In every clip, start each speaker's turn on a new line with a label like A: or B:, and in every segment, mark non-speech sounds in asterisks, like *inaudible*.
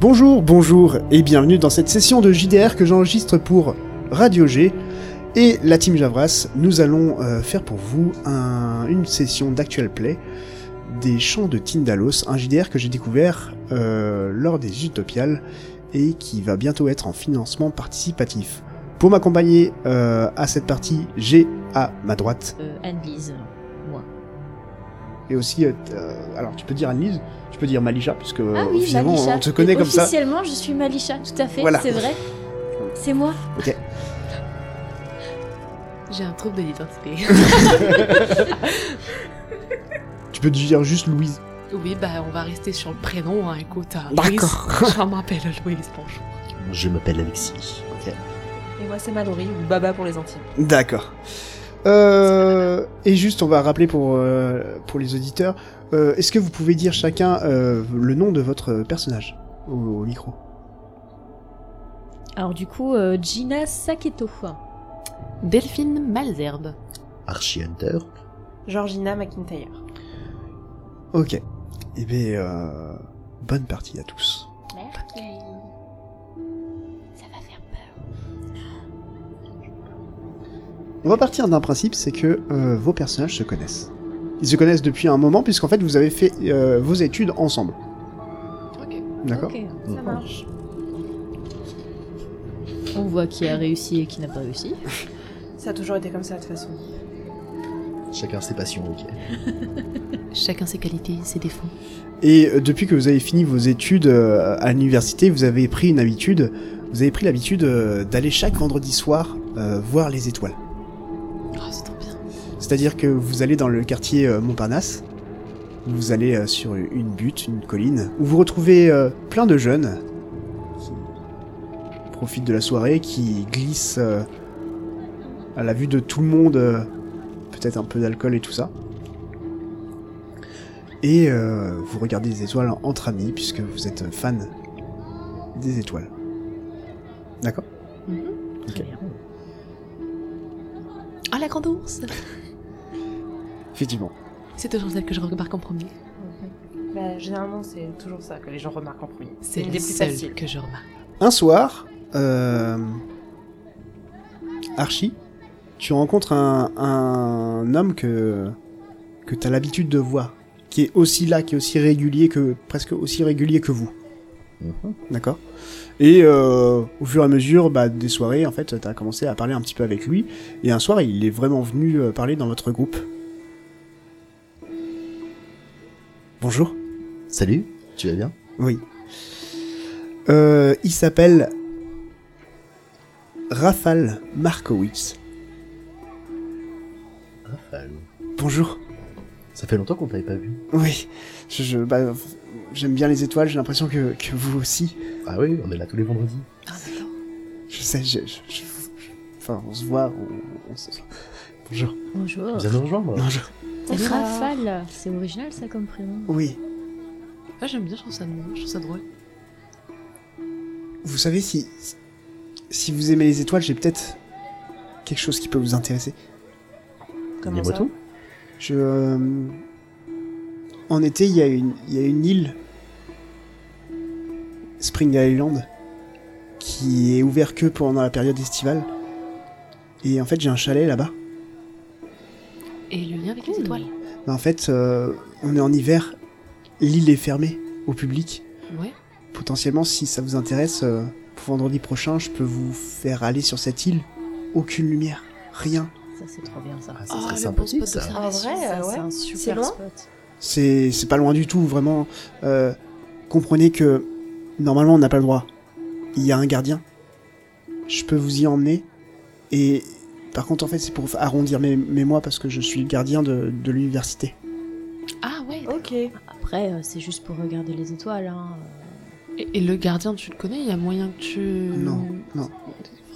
A: Bonjour, bonjour et bienvenue dans cette session de JDR que j'enregistre pour Radio G. Et la team Javras, nous allons euh, faire pour vous un- une session d'actual play des chants de Tindalos, un JDR que j'ai découvert euh, lors des Utopiales et qui va bientôt être en financement participatif. Pour m'accompagner euh, à cette partie, j'ai à ma droite
B: Euh, Anne-Lise, moi.
A: et aussi, euh, euh, alors tu peux dire Anne-Lise, tu peux dire Malisha puisque
B: Ah oui,
A: finalement
B: Malisha.
A: on te connaît
B: Et
A: hein, comme ça.
B: Officiellement, je suis Malisha, tout à fait,
A: Voilà.
B: c'est vrai. C'est moi.
C: J'ai un trouble de l'identité.
A: Tu peux dire juste Louise.
C: *laughs* oui, bah on va rester sur le prénom, hein, écoute. hein,
D: D'accord.
C: Louise. *laughs* Je m'appelle Louise, bonjour.
D: Je m'appelle Alexis.
E: Et moi, c'est Mallory, ou Baba pour les intimes.
A: D'accord. Euh, et juste, on va rappeler pour, euh, pour les auditeurs, euh, est-ce que vous pouvez dire chacun euh, le nom de votre personnage au, au micro
B: Alors du coup, euh, Gina Saketo.
C: Delphine Malzerbe.
D: Archie Hunter.
E: Georgina McIntyre.
A: Ok. Eh bien, euh, bonne partie à tous.
B: Ça va faire peur.
A: On va partir d'un principe, c'est que euh, vos personnages se connaissent. Ils se connaissent depuis un moment, puisqu'en fait, vous avez fait euh, vos études ensemble.
C: Ok.
A: D'accord
B: Ok,
D: Mhm.
B: ça marche. On voit qui a réussi et qui n'a pas réussi.
E: Ça a toujours été comme ça, de toute façon.
D: Chacun ses passions, ok.
C: Chacun ses qualités, ses défauts.
A: Et euh, depuis que vous avez fini vos études euh, à l'université, vous avez pris une habitude, vous avez pris l'habitude euh, d'aller chaque vendredi soir euh, voir les étoiles.
C: Oh, c'est trop bien.
A: C'est-à-dire que vous allez dans le quartier euh, Montparnasse, vous allez euh, sur une butte, une colline, où vous retrouvez euh, plein de jeunes qui profitent de la soirée, qui glissent euh, à la vue de tout le monde, euh, peut-être un peu d'alcool et tout ça. Et euh, vous regardez les étoiles entre amis, puisque vous êtes fan des étoiles. D'accord
B: Très bien.
C: Oh, la grande ours
A: Effectivement.
C: C'est toujours celle que je remarque en premier.
E: Bah, généralement, c'est toujours ça que les gens remarquent en premier.
C: C'est
E: une
C: la
E: des plus
C: seule
E: faciles.
C: que je remarque.
A: Un soir, euh, Archie, tu rencontres un, un homme que, que tu as l'habitude de voir, qui est aussi là, qui est aussi régulier que, presque aussi régulier que vous, d'accord Et euh, au fur et à mesure bah, des soirées, en fait, tu as commencé à parler un petit peu avec lui, et un soir, il est vraiment venu euh, parler dans votre groupe. Bonjour.
D: Salut, tu vas bien
A: Oui. Euh, il s'appelle Rafal Markowitz.
D: Raphaël.
A: Bonjour.
D: Ça fait longtemps qu'on t'avait pas vu.
A: Oui, je, je- bah, j'aime bien les étoiles, j'ai l'impression que, que vous aussi.
D: Ah oui, on est là tous les vendredis.
C: Ah, d'accord.
A: Je sais, je, je- je- je- Enfin, on se voit, on, on se... Bonjour.
B: Bonjour.
D: Viens nous rejoindre.
A: Bonjour.
B: Rafale, c'est original ça comme prénom.
A: Oui.
C: Ah, j'aime bien, je trouve ça, je trouve ça drôle.
A: Vous savez, si... Si vous aimez les étoiles, j'ai peut-être quelque chose qui peut vous intéresser.
E: Comment
D: Dis-moi
E: ça
D: tout.
A: Je... euh, En été, il y, a une- il y a une île, Spring Island, qui est ouverte que pendant la période estivale. Et en fait, j'ai un chalet là-bas.
C: Et le lien avec les
E: Mmh.
B: Cool.
C: étoiles
A: Mais en fait, euh, on est en hiver, l'île est fermée au public.
C: Ouais.
A: Potentiellement, si ça vous intéresse, euh, pour vendredi prochain, je peux vous faire aller sur cette île. Aucune lumière, rien.
B: Ça c'est trop bien ça.
D: Ah, ça
C: Oh,
D: serait
C: le bon
D: sympathique
C: spot
D: ça.
C: d'observation,
E: En vrai,
C: ça,
E: euh,
C: c'est
E: ouais.
C: un
E: C'est
C: super
E: loin
C: spot.
A: C'est c'est pas loin du tout, vraiment. Euh, comprenez que normalement on n'a pas le droit. Il y a un gardien. Je peux vous y emmener. Et par contre, en fait, c'est pour arrondir mes, mes mois parce que je suis le gardien de, de l'université.
C: Ah ouais.
E: Ok.
B: Après, euh, c'est juste pour regarder les étoiles. Hein.
C: Et, et le gardien, tu le connais Il y a moyen que tu...
A: Non, non.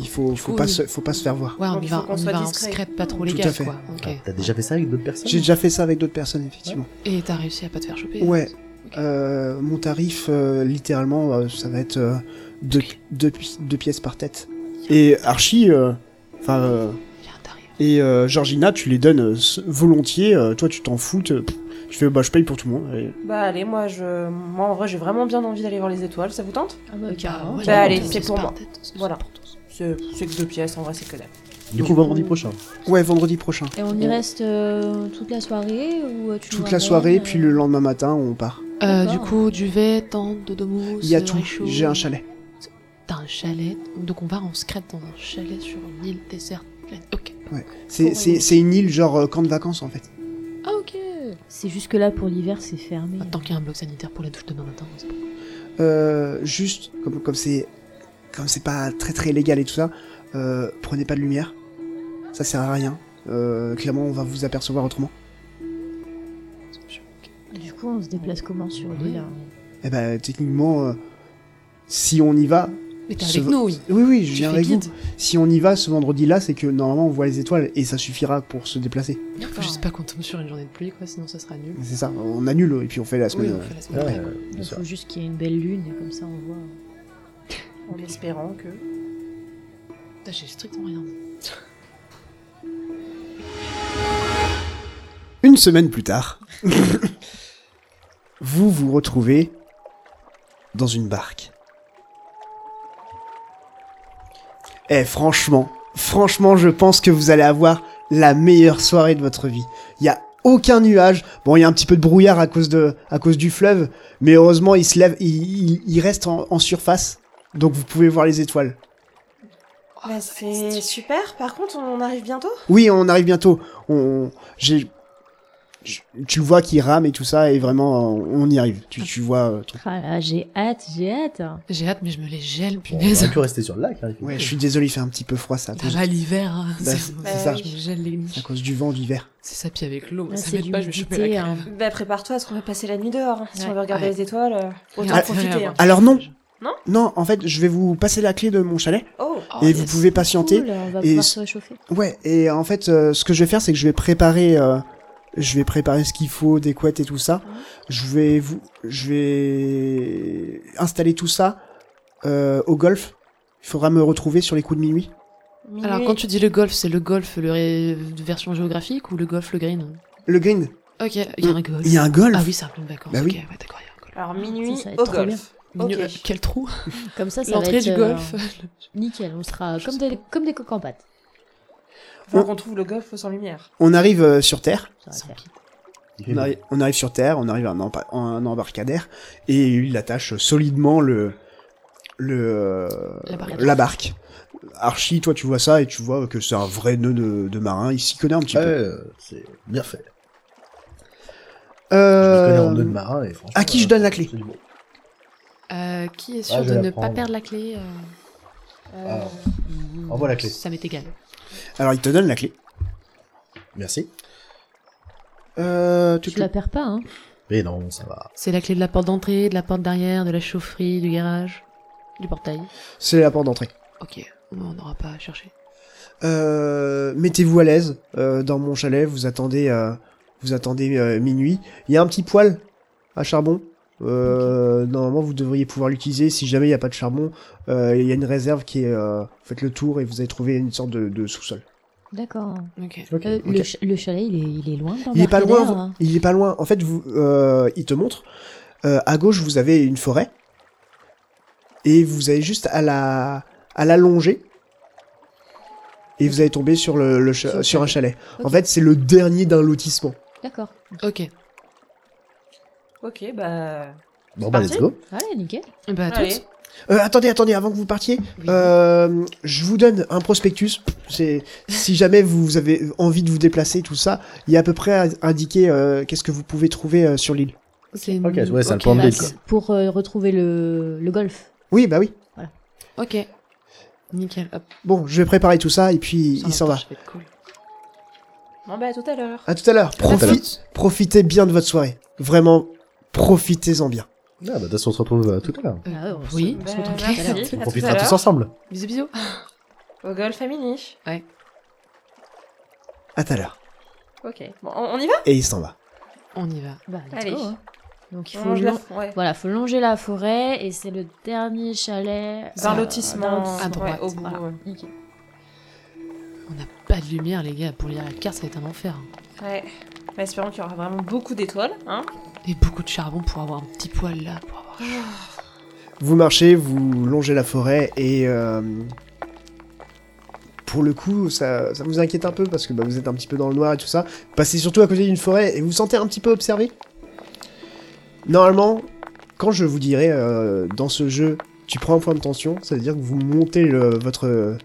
A: Il faut, faut,
C: coup,
A: pas,
C: oui.
A: se, faut pas se faire voir.
C: Ouais, on
E: Donc,
C: y
E: il
C: va,
E: faut qu'on
C: on y
E: soit
C: va en
E: discret.
C: secret, pas trop
A: Tout
C: les
A: à
C: gars,
A: fait.
C: quoi. Ok.
D: Ah, T'as déjà fait ça avec d'autres personnes
A: J'ai déjà fait ça avec d'autres personnes, effectivement.
C: Et t'as réussi à pas te faire choper
A: Ouais. Euh, mon tarif, euh, littéralement, euh, ça va être euh, deux, deux, pi- deux pièces par tête. Et Archie, euh, enfin, euh,
C: Il y a un tarif.
A: Et euh, Georgina, tu les donnes euh, s- volontiers. euh, toi, tu t'en fous. te- pff, Tu fais, bah, je paye pour tout le monde. allez.
E: Bah allez, moi je, moi en vrai j'ai vraiment bien envie d'aller voir les étoiles, ça vous tente
B: Ah bah, carrément.
C: ouais,
E: Bah, allez,
C: tous,
E: c'est pour moi.
C: Spartans, c'est
E: Voilà.
C: Spartans.
E: C'est c'est que deux pièces, en vrai c'est que dalle.
D: Du coup, vendredi prochain.
A: Ouais, vendredi prochain.
B: Et on y reste euh, toute la soirée ou euh, tu nous
A: Toute la
B: ramènes,
A: soirée,
B: euh,
A: puis le lendemain matin, on part.
C: Euh,
B: D'accord.
C: du coup, duvet, tente, dodo mousse,
A: Il y a tout.
C: réchaud.
A: J'ai un chalet.
C: T'as un chalet. Donc on part en secrète dans un chalet sur une île déserte. pleine- Ok.
A: C'est- C'est c'est une île, genre euh, camp de vacances, en fait.
C: Ah ok.
B: C'est jusque là pour l'hiver, c'est fermé.
C: Bah, tant qu'il y a un bloc sanitaire pour la douche demain matin. c'est bon.
A: Euh, juste, comme comme c'est comme c'est pas très très légal et tout ça, euh, prenez pas de lumière. Ça sert à rien. Euh, clairement, on va vous apercevoir autrement.
B: Du coup, on se déplace comment sur l'île hein
A: Eh ben, techniquement, euh, si on y va.
C: Mais t'es
A: ce
C: avec
A: ven-
C: nous, oui.
A: Oui, oui, je
C: Tu
A: viens
C: fais
A: avec vous.
C: guide.
A: Si on y va ce vendredi-là, c'est que normalement on voit les étoiles et ça suffira pour se déplacer.
C: Faut juste pas qu'on tombe sur une journée de pluie, quoi, sinon ça sera nul.
A: C'est ça, on annule et puis on fait la
C: Oui,
A: semaine.
C: on fait la semaine d'après.
D: euh,
B: Il
D: bien sûr.
B: faut juste qu'il y ait une belle lune et comme ça on voit.
E: En espérant que.
C: Putain, J'ai strictement rien. dit.
A: Une semaine plus tard, *laughs* vous vous retrouvez dans une barque. Eh franchement, franchement je pense que vous allez avoir la meilleure soirée de votre vie. Il y a aucun nuage. Bon, il y a un petit peu de brouillard à cause de à cause du fleuve, mais heureusement il se lève, il, il- il reste en- en surface, donc vous pouvez voir les étoiles.
C: Oh,
E: Bah,
C: ça va être
E: c'est
C: stylé.
E: super, par contre on arrive bientôt
A: Oui, on arrive bientôt. On, j'ai, je- tu le vois qui rame et tout ça, et vraiment, on on y arrive. Tu, tu vois. euh, ton-
B: Ah là, j'ai hâte, j'ai hâte.
C: J'ai hâte, mais je me les gèle,
D: Bon, on
C: punaise.
A: bah,
C: *laughs*
D: aurait pu rester sur le lac. hein,
A: Ouais, je suis désolé, il fait un petit peu froid, ça. à
C: Ça
A: cause-
C: va l'hiver, hein.
A: Bah,
C: c'est
A: c'est-
E: c'est
C: ça.
E: ça.
C: Je me gèle les
A: C'est à
C: miches.
A: cause du vent d'hiver.
C: C'est ça, puis avec l'eau,
B: Là,
C: ça
B: c'est
C: m'aide pas, je vais choper la
B: l'humidité,
C: crève.
E: Bah prépare-toi à ce qu'on va passer la nuit dehors. hein. Si
B: Ouais.
E: on veut regarder
C: Ouais.
E: les étoiles, euh, autant
C: Ah,
E: profiter.
C: ouais,
E: hein.
C: ouais.
A: Alors non. Non, en fait, je vais vous passer la clé de mon chalet
E: Oh
C: Oh,
A: et
C: yes.
A: vous pouvez patienter.
B: Cool, on va
A: Et
B: pouvoir
A: s-
B: se réchauffer.
A: Ouais, et en fait, euh, ce que je vais faire, c'est que je vais préparer, euh, je vais préparer ce qu'il faut, des couettes et tout ça. Je vais vous, je vais installer tout ça euh, au golf. Il faudra me retrouver sur les coups de minuit.
E: Oh.
C: Alors, quand tu dis le golf, c'est le golf le ré- version géographique ou le golf le green
A: Le green.
C: Ok, il y a un golf.
A: Il y a un golf.
C: Ah oui, c'est un plan de vacances.
A: Bah oui.
C: ok, ouais, d'accord, il y a un golf.
E: Alors minuit
B: Ça, ça va être
E: au
B: trop
E: golf.
C: Mignon-
E: Ok.
C: euh, Quel trou
B: Comme ça, ça va
C: L'entrée
B: être
C: du
B: euh,
C: golf.
B: Nickel, on sera
C: Je
B: comme
C: sais
B: des, comme des coques en pâte.
E: Faut
A: On-
E: qu'on trouve le golf sans lumière.
A: On arrive euh, sur Terre.
B: Ça va
C: Sans
B: faire.
C: pitié.
A: On,
D: sûr.
A: arri- on arrive sur Terre, on arrive à un, empa- un embarcadère et il attache solidement le le
C: La barque.
A: la barque. Archie, toi tu vois ça et tu vois que c'est un vrai nœud de, de marin. Il s'y connaît un petit
D: Ouais,
A: peu.
D: euh, c'est bien fait.
A: Euh,
D: Je me connais en deux de marin et franchement.
A: à qui je donne la clé
D: c'est du bon.
C: Euh, qui est sûr
D: Ah, je
C: de
D: vais la
C: ne pas
D: prendre.
C: perdre la clé euh,
D: Ah,
C: mmh,
D: Envoie la clé.
C: Ça m'est égal.
A: Alors il te donne la clé.
D: Merci.
A: Euh, tu
B: Tu la perds pas, hein
D: Mais non, ça va.
C: C'est la clé de la porte d'entrée, de la porte d'arrière, de la chaufferie, du garage, du portail.
A: C'est la porte d'entrée.
C: Ok, on n'aura pas à chercher.
A: Euh, mettez-vous à l'aise euh, dans mon chalet. Vous attendez euh, vous attendez euh, minuit. Il y a un petit poêle à charbon. Euh, Normalement, vous devriez pouvoir l'utiliser. Si jamais il n'y a pas de charbon, euh, il y a une réserve qui est. euh, faites le tour et vous allez trouver une sorte de, de sous-sol.
B: D'accord.
C: Ok.
B: Euh,
A: ok.
B: le, ch- le chalet, il est, il est loin
A: Il est pas loin.
B: d'Embarcadère,
A: vous-
B: hein
A: Il est pas loin. En fait, vous, euh, il te montre. Euh, à gauche, vous avez une forêt et vous avez juste à la à la longer et vous allez tomber sur le, le cha-
B: Sur le
A: sur un chalet. En
B: Ok.
A: fait, c'est le dernier d'un lotissement.
B: D'accord.
C: Ok. Eh
E: Ok, bah.
D: Bon, bah,
E: parti
D: let's go.
B: Allez, Ah nickel.
C: Bah, à
E: Allez.
C: toutes.
A: Euh, attendez, attendez, avant que vous partiez,
C: Oui.
A: euh, je vous donne un prospectus. C'est si jamais vous avez envie de vous déplacer, tout ça, il y a à peu près à indiquer euh, qu'est-ce que vous pouvez trouver euh, sur l'île.
C: C'est
D: Ok, ouais, c'est un
C: ok,
D: plan de
C: bah,
D: deal, quoi.
B: c'est Pour euh, retrouver le, le golf.
A: Oui, bah oui.
C: Ok. Nickel. Hop,
A: Bon, je vais préparer tout ça et puis il s'en va.
C: Ça va être cool.
E: Bon bah à tout à l'heure.
A: À tout à l'heure.
D: Tout à l'heure.
A: Profi- profitez bien de votre soirée. Vraiment, profitez-en bien.
D: Ah, bah, de toute façon, on se retrouve euh, tout à l'heure.
B: Ah ouais, on se-
C: oui.
B: on
E: Bah,
B: se retrouve tout à
E: merci.
B: l'heure.
E: À
D: On
E: tout à
D: profitera tous
E: l'heure.
D: ensemble.
C: Bisous, bisous.
E: Au golf à minuit.
A: À tout à l'heure.
E: Ok. Bon, on, on y va
A: Et il s'en va.
C: On y va.
B: Bah, let's
E: Allez.
B: go, hein. Donc, il
E: On
B: faut
E: mange la
B: lan-
E: f- ouais.
B: Voilà, faut longer la forêt et c'est le dernier chalet.
E: D'un
B: euh, d'un
E: lotissement.
B: Ah, lotissement.
C: À droite.
E: Ouais, au bout. euh,
B: Voilà.
E: ouais.
B: Nickel.
C: On a pas de lumière, les gars. Pour lire la carte, ça va être un enfer. hein.
E: Ouais. Bah, espérons qu'il y aura vraiment beaucoup d'étoiles, hein.
C: Et beaucoup de charbon pour avoir un petit poil là. Pour avoir...
A: Vous marchez, vous longez la forêt et euh, pour le coup, ça, ça vous inquiète un peu parce que bah, vous êtes un petit peu dans le noir et tout ça. Vous Passez surtout à côté d'une forêt et vous vous sentez un petit peu observé. Normalement, quand je vous dirais euh, dans ce jeu, tu prends un point de tension, ça veut dire que vous montez le- votre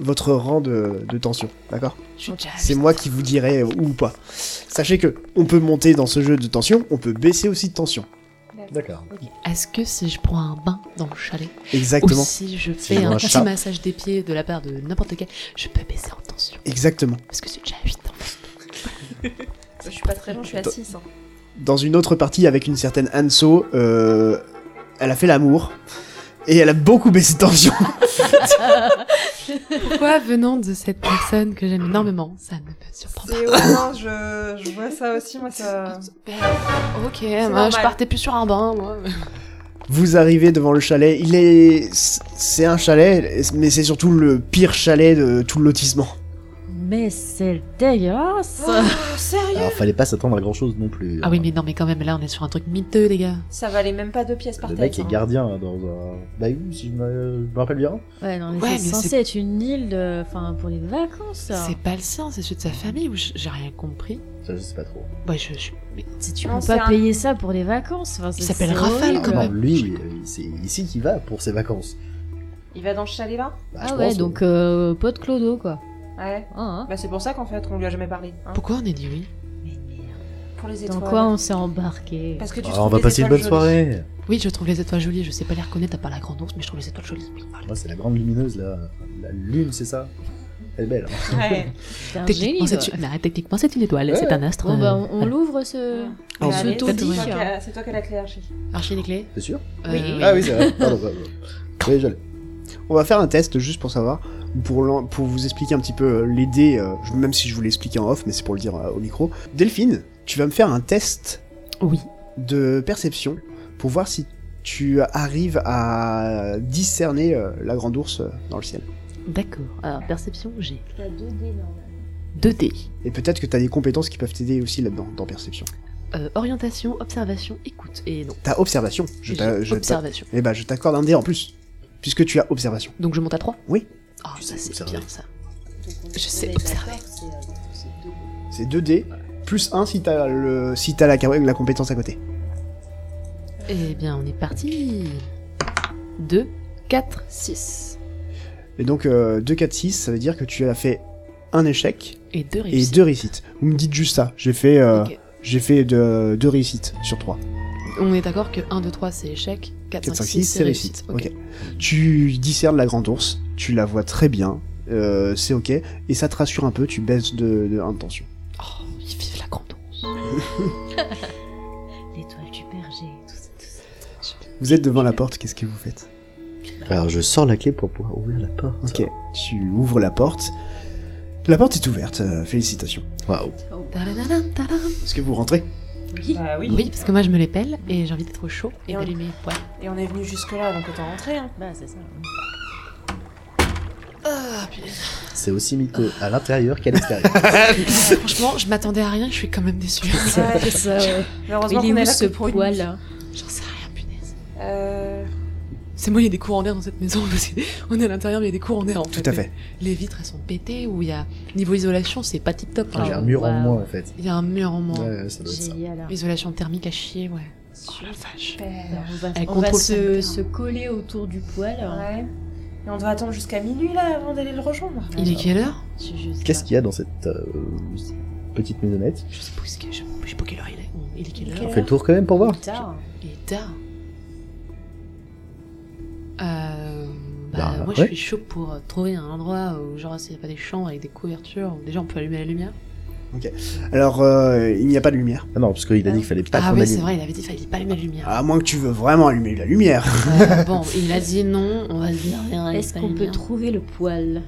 A: votre rang de, de tension, d'accord
C: Je suis déjà-
A: C'est moi qui vous dirai euh, ou pas. Sachez que on peut monter dans ce jeu de tension, on peut baisser aussi de tension.
D: D'accord.
C: Est-ce que si je prends un bain dans le chalet
A: Exactement.
C: ou si je
D: Si
C: fais
D: je
C: un
D: vois un
C: petit
D: chat.
C: massage des pieds de la part de n'importe quel, je peux baisser en tension
A: Exactement.
C: parce que c'est déjà 8 ans.
E: Je suis pas très loin, je suis à
A: Attends.
E: 6. Hein.
A: dans une autre partie avec une certaine Anso, euh, elle a fait l'amour et elle a beaucoup baissé de tension. *laughs*
C: Pourquoi venant de cette personne que j'aime énormément, ça ne me surprend pas.
E: C'est vraiment, je, je vois ça aussi,
B: *laughs*
E: moi ça.
C: Ok,
E: euh, normal.
C: je partais plus sur un bain, moi.
A: Vous arrivez devant le chalet, il est. C'est un chalet, mais c'est surtout le pire chalet de tout le lotissement.
B: Mais c'est dégueulasse
E: Oh, sérieux
D: Alors, fallait pas s'attendre à grand chose non plus.
C: Ah oui, mais non, mais quand même, là, on est sur un truc miteux, les gars.
E: Ça valait même pas deux pièces par
D: Le
E: tête.
D: mec est
E: hein.
D: gardien dans un bahut, si je me je me rappelle bien.
B: Ouais, non, mais
C: Ouais, mais
B: c'est censé
C: c'est-
B: être une île de... enfin, pour les vacances. ça.
C: C'est pas le sien, c'est celui de sa famille ou je- j'ai rien compris.
D: Ça, je sais pas trop.
C: Ouais, je. je- mais
B: Si tu
E: Non,
B: peux
E: c'est
B: pas
E: un-
B: payer ça pour les vacances. Enfin, c'est-
C: Il s'appelle
B: c'est
C: Raphaël,
B: horrible.
C: quand
D: Ah non,
C: même.
D: lui, euh, c'est ici qu'il va pour ses vacances.
E: Il va dans ce chalet là
D: Bah, je
B: Ah ouais,
D: pense,
B: donc
D: euh,
B: euh, pas de Clodo, quoi.
E: Ouais.
B: Hein, hein.
E: Bah, c'est pour ça qu'en fait on lui a jamais parlé. Hein.
C: Pourquoi on est dit oui
E: Pour les
B: Dans
E: étoiles.
B: quoi on s'est embarqué
E: Parce que tu
D: ah,
E: trouves
D: on va
E: les
D: passer une
E: étoiles
D: bonne
E: jolies.
D: soirée.
C: Oui, je trouve les étoiles jolies, je sais pas les reconnaître à part la grande ours, mais je trouve les étoiles jolies. Oui, voilà.
D: Moi, c'est la grande lumineuse, là. La lune, c'est ça Elle est belle. hein.
E: Ouais.
B: *laughs* C'est un génie,
C: Techniquement,
B: quoi.
C: c'est une... non, techniquement, c'est une étoile,
D: Ouais.
C: c'est un astre.
B: Bon, bah,
C: euh,
B: on, on l'ouvre ce.
A: Ah,
E: Mais
A: Ce
E: allez,
B: taux
E: c'est
B: dit,
E: toi
B: hein.
E: qui as- C'est toi qui as la clé, Archie.
C: Archie les clés
D: T'es sûr
B: Oui.
C: Euh,
D: Ah oui, c'est vrai. Pardon, pardon. Oui, je l'ai.
A: On va faire un test juste pour savoir, pour, l'en- pour vous expliquer un petit peu euh, les dés, euh, je- même si je vous l'ai expliqué en off, mais c'est pour le dire euh, au micro. Delphine, tu vas me faire un test
C: Oui.
A: de perception pour voir si tu arrives à discerner euh, la grande ours euh, dans le ciel.
C: D'accord. Alors, perception, j'ai
B: T'as deux dés, normalement.
C: 2 dés.
A: Et peut-être que t'as des compétences qui peuvent t'aider aussi là-dedans, dans perception.
C: Euh, orientation, observation, écoute. Et non.
A: T'as observation. Je t'a-
C: J'ai
A: je t'a-
C: observation.
A: Eh ben, je t'accorde un dé en plus, puisque tu as observation.
C: Donc je monte à 3
A: Oui.
C: Ah,
D: Tu
C: ça
D: sais
C: c'est
D: observer.
C: bien ça. Je sais observer.
A: C'est 2 dés, plus 1 si t'as le, si t'as la, la compétence à côté.
C: Eh bien, on est parti. 2, 4, 6.
A: Et donc, euh, 2, 4, 6, ça veut dire que tu as fait un échec
C: Et 2
A: et
C: réussites.
A: deux réussites. Vous me dites juste ça. J'ai fait, euh,
C: Ok.
A: j'ai fait de, deux réussites sur 3.
C: On est d'accord que 1, 2, 3 c'est échec, 4, 5, 6 c'est réussite.
A: Ok. Tu discernes la grande ours, tu la vois très bien, euh, c'est ok, et ça te rassure un peu, tu baisses de, de intention.
C: Oh, ils vivent la grande once.
B: L'étoile du berger, tout ça, tout ça.
A: Vous êtes devant la porte, qu'est-ce que vous faites
D: Alors, je sors la clé pour pouvoir ouvrir la porte.
A: Ok, tu ouvres la porte. La porte est ouverte, euh, félicitations.
D: Waouh.
C: Tadadadam, tadam.
A: Est-ce que vous rentrez
B: Oui.
E: Bah oui.
C: Oui, parce que moi je me les pèle et j'ai envie d'être chaud et
E: Et on-
C: d'allumer. Ouais.
E: Et on est venu jusque là, donc autant rentrer. Hein.
B: Bah, c'est ça.
C: Ah, putain.
D: C'est aussi miteux à l'intérieur qu'à l'extérieur.
C: Franchement, je m'attendais à rien, je suis quand même déçue.
E: Ouais.
B: *laughs* C'est ça, ouais.
E: Mais
B: Il
E: heureusement
B: est
E: qu'on est
B: où
E: là
B: ce
E: que pour une
B: poil
E: nuit.
B: là
C: J'en sais rien, punaise.
E: Euh,
C: C'est moi, il y a des cours en air dans cette maison. parce que On est à l'intérieur, mais il y a des cours en air en fait.
A: Tout à fait.
C: Les vitres elles sont pétées ou il y a. Niveau isolation, c'est pas tip top.
D: J'ai
B: Ah,
D: un mur en
B: waouh.
D: moins, en fait.
C: Il y a un mur en moins.
D: Ouais, ça doit être ça.
B: Génial.
C: Isolation thermique à chier, ouais. Oh la vache.
E: super.
B: Alors, on va,
C: Elle
B: on
C: contrôle
B: va
C: son
B: se,
C: père.
B: se coller autour du poil. hein.
E: Ouais. Et on doit attendre jusqu'à minuit là avant d'aller le rejoindre.
C: Il est quelle heure
B: Je- je sais
D: Qu'est-ce
B: pas.
D: qu'il y a dans cette euh, petite maisonnette
C: Je sais pas où ce que- je je sais pas quelle heure il est. Il est quelle
E: Il est
C: heure
D: On fait le tour quand même pour voir.
B: Plus tard.
C: Il est tard. Euh, bah,
D: Bah,
C: moi
D: ouais.
C: je suis chaud pour euh, trouver un endroit où genre s'il n'y a pas des champs avec des couvertures, où déjà on peut allumer la lumière.
A: Alors, euh, il n'y a pas de lumière.
D: Ah non, parce qu'il a dit qu'il fallait pas
C: ah
D: qu'on
C: oui
D: allume.
C: c'est vrai, il avait dit qu'il fallait pas allumer la lumière.
A: À moins que tu veux vraiment allumer la lumière.
C: Euh, bon, il a dit non, on va se dire rien.
B: Est-ce qu'on peut trouver le poil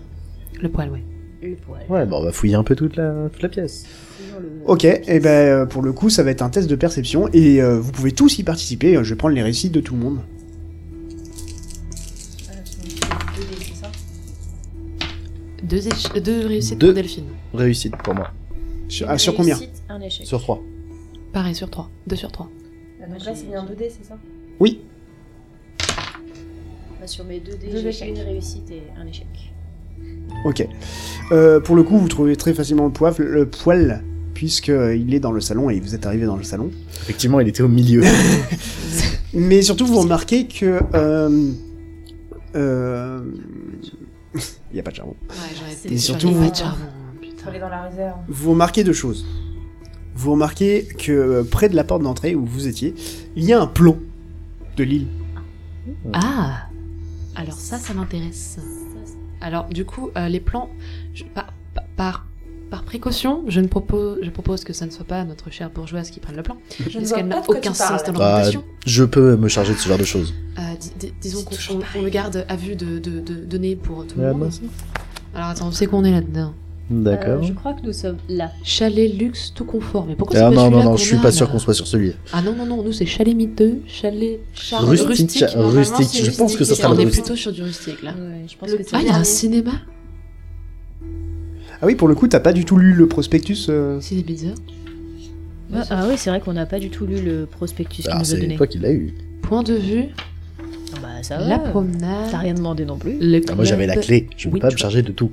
C: Le poil, ouais.
B: Le poil.
D: Ouais, bon, on va fouiller un peu toute la, toute la pièce.
B: Toujours le-
A: Ok, et ben euh, pour le coup, ça va être un test de perception et euh, vous pouvez tous y participer. Je vais prendre les récits de tout le monde.
E: Ah, tu m'as dit deux dés, c'est ça
C: Deux, éche- deux réussites
D: Deux.
C: pour Delphine.
D: Réussite pour moi.
A: Sur,
B: Une
A: ah, sur combien
B: réussite, Un échec.
D: Sur 3.
C: Pareil, sur trois. Deux sur trois.
E: Ah, donc là, c'est bien 2D, c'est ça
A: Oui,
B: Bah, sur mes deux dés,
E: Deux
B: j'ai
E: échecs.
B: une réussite et un échec.
A: ok. Euh, pour le coup, vous trouvez très facilement le poil, le poil puisqu'il est dans le salon et vous êtes arrivé dans le salon.
D: Effectivement, il était au milieu.
A: Mais surtout, vous remarquez que... euh, euh, *laughs* Il n'y a pas de charbon.
C: Ouais, j'aurais
B: C'est-
C: été
A: Et
C: sur
A: surtout,
C: les
A: vous-
C: matchs avant, hein,
E: Faut
C: putain.
E: aller dans la réserve.
A: Vous remarquez deux choses. Vous remarquez que euh, près de la porte d'entrée où vous étiez, il y a un plomb de l'île.
C: Ah Alors ça, ça m'intéresse. Alors, du coup, euh, les plans, je- par, par- par, par précaution, je, ne propose, je propose que ça ne soit pas notre chère bourgeoise qui prenne le plan,
E: Je ne
C: parce
E: vois
C: qu'elle
E: pas
C: n'a
E: de quoi
C: aucun
E: tu
C: sens dans
E: parles.
C: l'orientation.
D: Bah, Je peux me charger de ce genre de choses.
C: Euh, dis- dis- disons
E: C'est
C: qu'on
E: toujours
C: on- on le
E: pareil.
C: garde à vue de, de, de, de nez pour tout
D: Ah,
C: le monde.
D: mince.
C: Alors attends, on sait qu'on est là-dedans.
D: D'accord.
B: Euh, je crois que nous sommes là.
C: Chalet luxe tout confort. Mais pourquoi c'est
D: ah
C: pas
D: non,
C: celui-là
D: non, non,
C: qu'on
D: je suis
C: a,
D: pas sûr
C: là
D: qu'on soit sur celui-là.
C: Ah non, non, non, nous c'est chalet miteux, chalet charme-
D: Rustique,
C: rustique.
D: cha-
E: normalement,
D: rustique,
E: c'est
D: je pense que ça
E: rustique,
D: sera
C: on
D: le
C: est
D: rustique.
C: plutôt sur du rustique là.
B: Ouais, je pense
E: Le
B: que c'est
C: Ah, il y a
B: bien.
C: un cinéma
A: Ah oui, pour le coup, t'as pas du tout lu le prospectus. euh,
C: C'est bizarre.
B: Ouais, ah oui, c'est vrai qu'on n'a pas du tout lu le prospectus qu'il
D: Ah,
B: nous a
D: c'est
B: donné.
D: toi qui l'as eu.
C: Point de vue,
B: Ah Bah ça
C: la Euh,
B: va.
C: promenade.
B: T'as rien demandé non plus.
C: le
D: Ah, moi j'avais la
C: club,
D: clé, je ne peux
C: Oui,
D: pas
C: tu
D: me
C: vois.
D: charger de tout.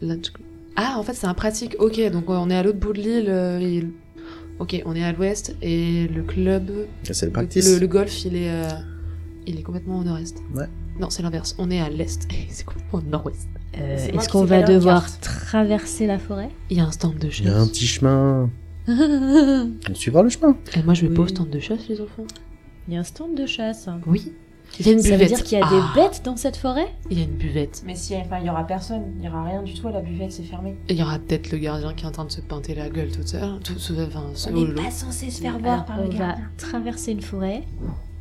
C: lunch club. Ah, en fait, c'est un pratique. Ok, donc on est à l'autre bout de l'île. euh, et le- Ok, on est à l'ouest et le club, le,
D: C'est le practice.
C: le, le golf, il est, euh, il est complètement au nord-est.
D: Ouais.
C: Non, c'est l'inverse. On est à l'est *laughs* et c'est complètement au nord-ouest.
B: Euh,
E: C'est moi
B: Est-ce
E: qui
B: qu'on
E: fais
B: va
E: valeur
B: devoir
E: carte.
B: traverser la forêt
C: Il y a un stand de
D: Il y a un
C: chasse.
D: petit chemin.
B: *laughs* Il
D: On suivra le chemin.
C: Et moi, je vais pas au
B: Oui.
C: stand de chasse, les enfants.
B: y a un stand de chasse.
C: Oui. Il y a une buvette.
B: Ça veut dire qu'il y a
C: Ah,
B: des bêtes dans cette forêt
C: Il y a une buvette.
E: Mais si, enfin, il y aura personne. Il y aura rien du tout à la buvette, c'est fermé.
C: Et Il y aura peut-être le gardien qui est en train de se pinter la gueule toute seule. Tout, tout, enfin, ce-
E: On n'est pas censé se
C: Ah,
E: faire voir
B: Alors,
E: par
B: on
E: le
B: va
E: gardien.
B: traverser une forêt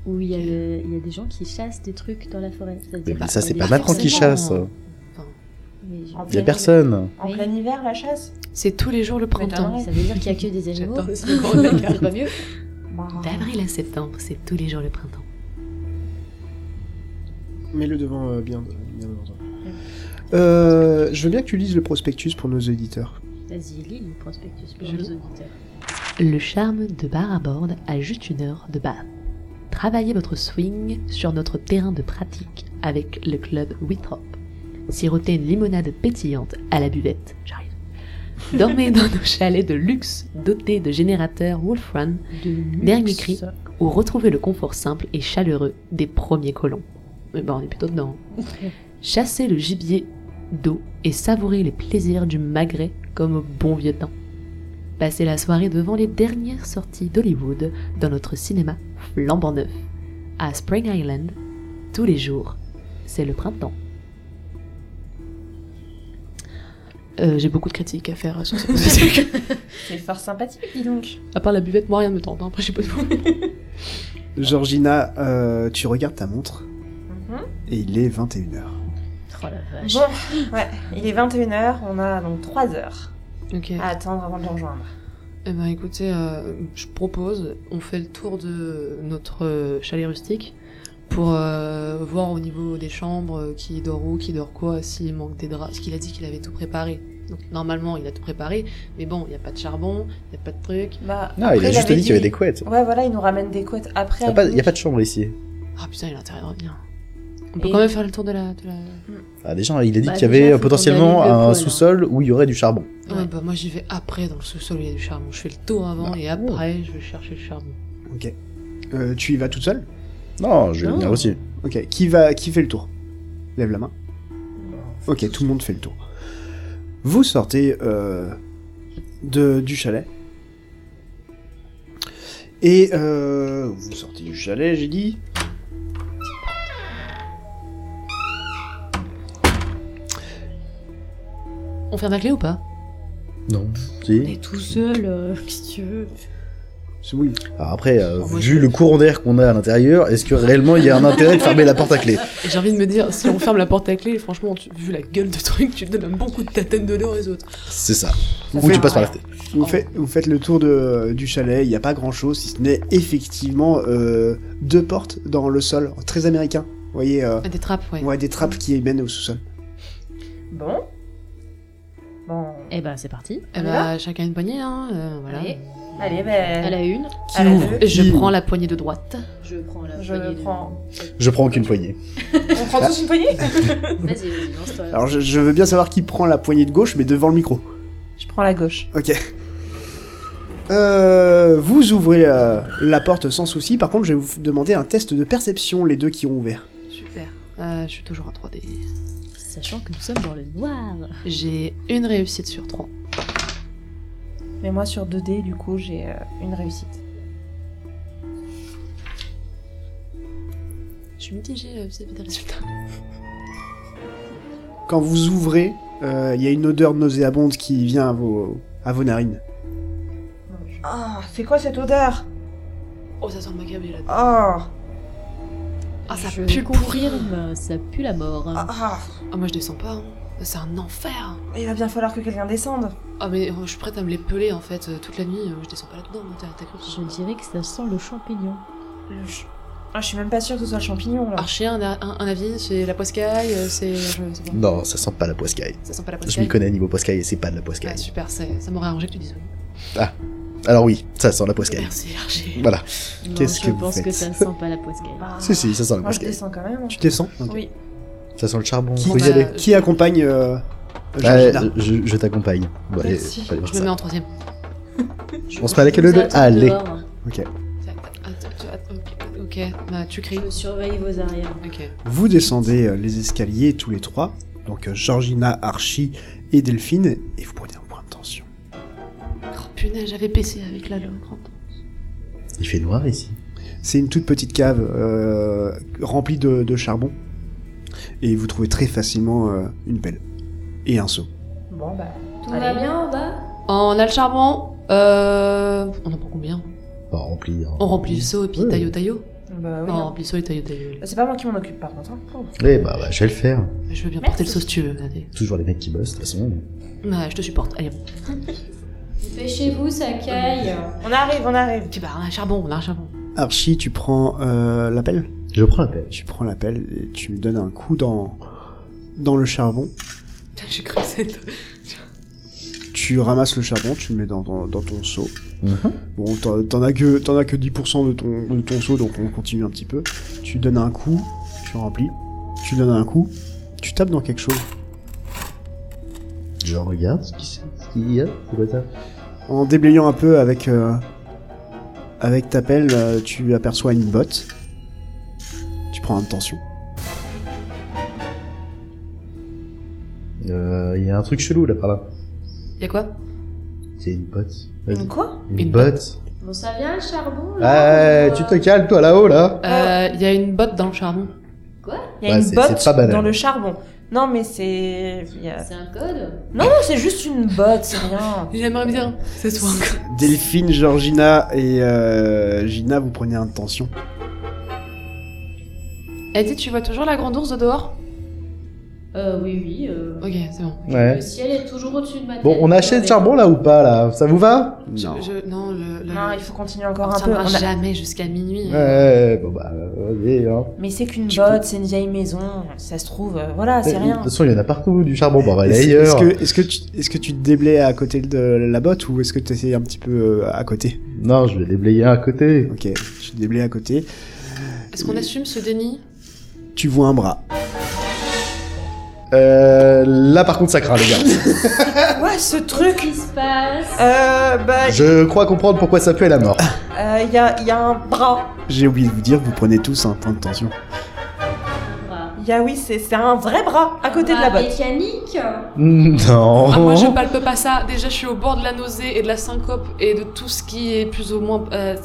B: où il y, a le- il y a des gens qui chassent des trucs dans la forêt. Ça veut
D: Mais
B: dire qu'il
D: ça,
B: y
D: c'est
B: a
D: pas
B: des-
D: maintenant qu'ils
C: forcément.
D: chassent.
B: Mais je-
E: En
D: Il y a
E: plein
D: personne.
E: hiver. En
B: Oui.
E: plein hiver, la chasse
C: C'est tous les jours le printemps.
B: Ça veut dire qu'il y a que des animaux.
C: J'adore ce grand mec.
B: c'est pas mieux.
E: Bah,
C: D'avril à septembre, c'est tous les jours le printemps.
A: Mets-le devant, euh, bien, bien devant toi. Euh, je veux bien que tu lises le prospectus pour nos auditeurs.
B: Vas-y, lis le prospectus pour
C: Je
B: nos
C: lis.
B: auditeurs.
C: Le charme de bar à bord à juste une heure de bar. Travaillez votre swing sur notre terrain de pratique avec le club Withrop. Sirotez une limonade pétillante à la buvette. J'arrive. Dormez dans nos chalets de luxe dotés de générateurs Wolfram Dernier cri. ou retrouvez le confort simple et chaleureux des premiers colons. Mais bah, on est plutôt *laughs* dedans. Chassez le gibier d'eau et savourez les plaisirs du magret comme au bon vieux temps. Passez la soirée devant les dernières sorties d'Hollywood dans notre cinéma flambant neuf. À Spring Island, tous les jours, c'est le printemps. Euh, J'ai beaucoup de critiques à faire sur ce *laughs* truc.
E: C'est fort sympathique, dis donc.
C: à part la buvette, moi rien ne me tente. hein. Après, j'ai pas de
A: Georgina, euh, tu regardes ta montre
C: Bah,
E: Mhm.
A: et il est 21h.
B: Oh la vache.
E: Bon, ouais, il est 21h, on a donc 3 heures
C: Ok.
E: à attendre avant de le rejoindre.
C: Eh ben écoutez, euh, je propose, on fait le tour de notre euh, chalet rustique pour euh, voir au niveau des chambres euh, qui dort où, qui dort quoi, s'il manque des draps, parce qu'il a dit qu'il avait tout préparé. Donc normalement il a tout préparé, mais bon, il n'y a pas de charbon, il n'y a pas de truc.
E: Bah,
D: Ah, il a
E: après,
D: juste
E: avait
D: dit qu'il y avait des couettes.
E: Ouais, voilà, il nous ramène des couettes
D: Il
E: après.
D: n'y a,
E: à
D: pas-
E: minuit.
D: y a pas de chambre ici.
C: Ah putain, il a intérêt de revenir. On peut
B: Et-
C: quand même faire le tour de la... De la...
D: Ah, déjà, il a dit
B: Bah,
D: qu'il y
B: déjà,
D: avait
B: faut
D: euh, potentiellement
B: qu'on allume le poêle,
D: un
B: hein.
D: sous-sol où il y aurait du charbon.
C: Ouais, bah moi j'y vais après dans le sous-sol, il y a du charbon. Je fais le tour avant
D: Bah,
C: et après je vais chercher le charbon.
A: Ok. Euh, tu y vas toute seule
D: Non, je vais
B: Non.
D: venir aussi.
A: Ok. Qui, va, qui fait le tour Lève la main. Ok, tout le monde fait le tour. Vous sortez euh, de, du chalet. Et euh, vous sortez du chalet, j'ai dit.
C: On ferme la clé ou pas
D: Non. Si.
B: est tout seul, euh, *laughs* qu'est-ce que tu veux
A: C'est oui.
D: Alors après, euh,
C: Moi,
D: vu
C: je-
D: le courant d'air qu'on a à l'intérieur, est-ce que réellement il y a un intérêt de fermer la porte à clé
C: Et J'ai envie de me dire, si on ferme la porte à clé, franchement, tu- vu la gueule de truc, tu te donnes un bon coup de tatane de l'eau aux autres.
D: C'est ça.
A: Vous
D: Ou
A: faites-
D: tu passes par la fenêtre.
A: Vous, faites, vous faites le tour de- du chalet, il n'y a pas grand chose, si ce n'est effectivement euh, deux portes dans le sol, très américain. Vous voyez, euh,
C: Des trappes, Ah, ouais.
A: ouais, des trappes qui mènent au sous-sol.
E: Bon,
B: Eh ben, c'est parti.
C: Eh
E: On y
C: bah, chacun une poignée, hein. euh, voilà.
E: Allez, allez, ben.
B: À la une,
A: Qui
E: À la
A: ouvre
E: deux.
C: Je
A: Qui
C: prends la poignée de droite.
B: je prends la
E: Je
B: poignée de-
E: prends.
D: Je prends aucune poignée.
E: On prend tous une poignée
B: Vas-y, vas-y, lance-toi.
A: Alors je, je veux bien savoir qui prend la poignée de gauche, mais devant le micro.
E: *laughs* Je prends la gauche.
A: Ok. Euh, vous ouvrez la, la porte sans souci. Par contre, je vais vous demander un test de perception, les deux qui ont ouvert.
C: Super. Euh, je suis toujours en 3D.
B: Sachant que nous sommes dans le noir.
C: J'ai une réussite sur trois.
E: Mais moi, sur 2D, du coup, j'ai euh, une réussite.
C: Je suis mitigée euh, vis-à-vis des résultats.
A: Quand vous ouvrez, euh, il y a une odeur nauséabonde qui vient à vos, à vos narines.
E: Ah, c'est quoi cette odeur
C: Oh, ça sent le macabre là.
E: Ah,
C: Ah, ça
B: je
C: pue le pourri.
B: confirme, ça pue la mort.
E: ah, ah.
C: Ah, moi je descends pas. hein. C'est un enfer.
E: Il va bien falloir que quelqu'un descende.
C: Ah, mais euh, je suis prête à me les peler en fait euh, toute la nuit. euh, Je descends pas là-dedans. moi, T'as t'as cru que
B: Je dirais que ça sent le champignon.
E: Le ch- Ah, je suis même pas sûre que ce soit le champignon là.
C: Archer, un, un- un avis C'est la poiscaille euh, C'est. Je sais pas.
D: Non, ça sent pas la poiscaille.
C: Ça sent pas la
D: Je
C: poiscaille.
D: m'y connais niveau poiscaille et c'est pas de la
C: Ah,
D: poiscaille.
C: super, c'est- ça m'aurait arrangé que tu dises oui.
D: Alors oui, ça sent la poiscaille.
C: Merci, Archer.
D: Voilà.
B: Non,
D: Qu'est-ce
B: je
D: que vous
B: pense que
D: faites
B: ça sent pas la poiscaille.
E: Ah.
D: Si, si, ça sent la
E: Moi, je
D: poiscaille.
E: descends quand même. hein.
A: Tu descends Ok.
E: Oui.
D: Ça sent le charbon.
A: Qui,
C: Bon,
A: qui-
C: bah,
A: qui
C: je-
A: accompagne euh,
D: Ouais,
A: Georgina
D: je je t'accompagne. Bon, allez,
E: Merci.
D: faut aller voir
C: Je me
D: ça.
C: mets en troisième.
D: *laughs* On se met avec le
B: Ça
D: le.
B: tourne
D: Allez.
B: dehors. hein.
C: Attends, tu- attends, ok, ok, bah, tu cries.
B: Je surveille vos arrières.
C: Ok.
A: Vous descendez euh, les escaliers tous les trois, donc euh, Georgina, Archie et Delphine, et vous prenez un point de tension.
C: Oh punaise, j'avais baissé avec la langue.
D: Il fait noir ici.
A: C'est une toute petite cave euh, remplie de, de charbon, et vous trouvez très facilement euh, une pelle et un seau.
E: Bon, bah.
B: Tout
E: Allez.
B: va bien en bas
C: On a le charbon. Euh. On en prend combien
D: On hein. va remplir.
C: On remplit le seau et puis
D: Ouais.
C: taillot taillot.
E: Bah oui.
C: Non, on
E: hein.
C: remplit le seau et taillot taillot.
E: C'est pas moi qui m'en occupe par contre. hein. Oh.
D: Eh bah, bah, je vais le faire.
C: Je veux bien
E: Merci.
C: porter le seau si tu veux. Allez.
D: Toujours les mecs qui bossent, de toute façon.
C: Bah, je te supporte. Allez.
B: Dépêchez-vous, ça caille.
E: On arrive, on arrive.
C: Tu bah, on a un charbon, on a un charbon. *laughs*
A: Archie, tu prends euh, la pelle
D: Je prends la pelle.
A: Tu prends la pelle et tu lui donnes un coup dans, dans le charbon.
C: Putain, J'ai cru que c'était.
A: Tu ramasses le charbon, tu le mets dans, dans- dans ton seau.
D: Mhm.
A: Bon, t'en t'en as que, t'en as que 10% de ton, de ton seau, donc on continue un petit peu. Tu donnes un coup, tu remplis. Tu donnes un coup, tu tapes dans quelque chose.
D: Je regarde ce qui- ce qu'il y a. C'est quoi ça
A: En déblayant un peu avec, euh, avec ta pelle, euh, tu aperçois une botte. Tu prends un de tension.
D: Euh, Il y a un truc chelou là par là.
C: Y'a quoi
D: C'est une botte.
E: Une quoi
D: Une,
C: Une
D: botte.
B: Bon, ça vient le charbon là
D: Ah,
B: ou,
D: tu te
B: euh,
D: calmes toi là-haut là.
C: Euh. Y'a une botte dans le charbon.
E: Il y a
D: Ouais,
E: une
D: Bah, c'est-
E: botte
D: c'est pas banal.
E: dans le charbon. Non, mais c'est. il y a-
B: C'est un code
E: Non, non, c'est juste une botte, c'est rien.
C: J'aimerais bien. C'est toi.
A: Delphine, Georgina et euh, Gina, vous prenez un de tension.
C: Eddie, tu vois toujours la grande ours de dehors
B: Euh, oui, oui. euh,
C: Ok, c'est bon.
D: Ouais.
B: Le ciel est toujours au-dessus de ma tête.
D: Bon, on achète
B: Mais-
D: charbon là ou pas là Ça vous va
A: Non.
C: Je, je- non, le. le-
E: Non, il faut continuer
C: On
E: encore un peu.
C: tiendra
E: On a-
C: jamais jusqu'à minuit.
D: Ouais, bon bah, vas-y. Hein.
E: Mais c'est qu'une
A: Tu
E: botte, c'est une vieille maison. Ça se trouve, euh, voilà, c'est
D: Mais, De
E: rien.
D: toute façon, il y en a partout du charbon. Bon, bah, allez
A: Est-ce est-ce
D: ailleurs.
A: que, est-ce que, tu- est-ce que tu te déblais à côté de la botte ou est-ce que tu essayes un petit peu euh, à côté
D: Non, je vais déblayer à côté.
A: Ok, tu te déblais à côté.
C: Est-ce qu'on assume ce déni
A: Tu vois un bras.
D: Euh, là, par contre, ça craint, les gars. euh,
E: Ouais, ce truc.
B: Qu'est-ce qui se passe
E: Euh, bah, il
D: Je crois comprendre pourquoi ça pue à la mort.
E: y, a, y a un bras.
A: J'ai oublié de vous dire, vous prenez tous un point de tension.
B: Bras.
E: Y a, oui, c'est c'est un vrai bras à côté de la
B: Bras
E: botte.
B: Mécanique
D: Non.
C: Ah, moi, je palpe pas ça. Déjà, je suis au bord de la nausée et de la syncope et de tout ce qui est plus ou moins. Euh,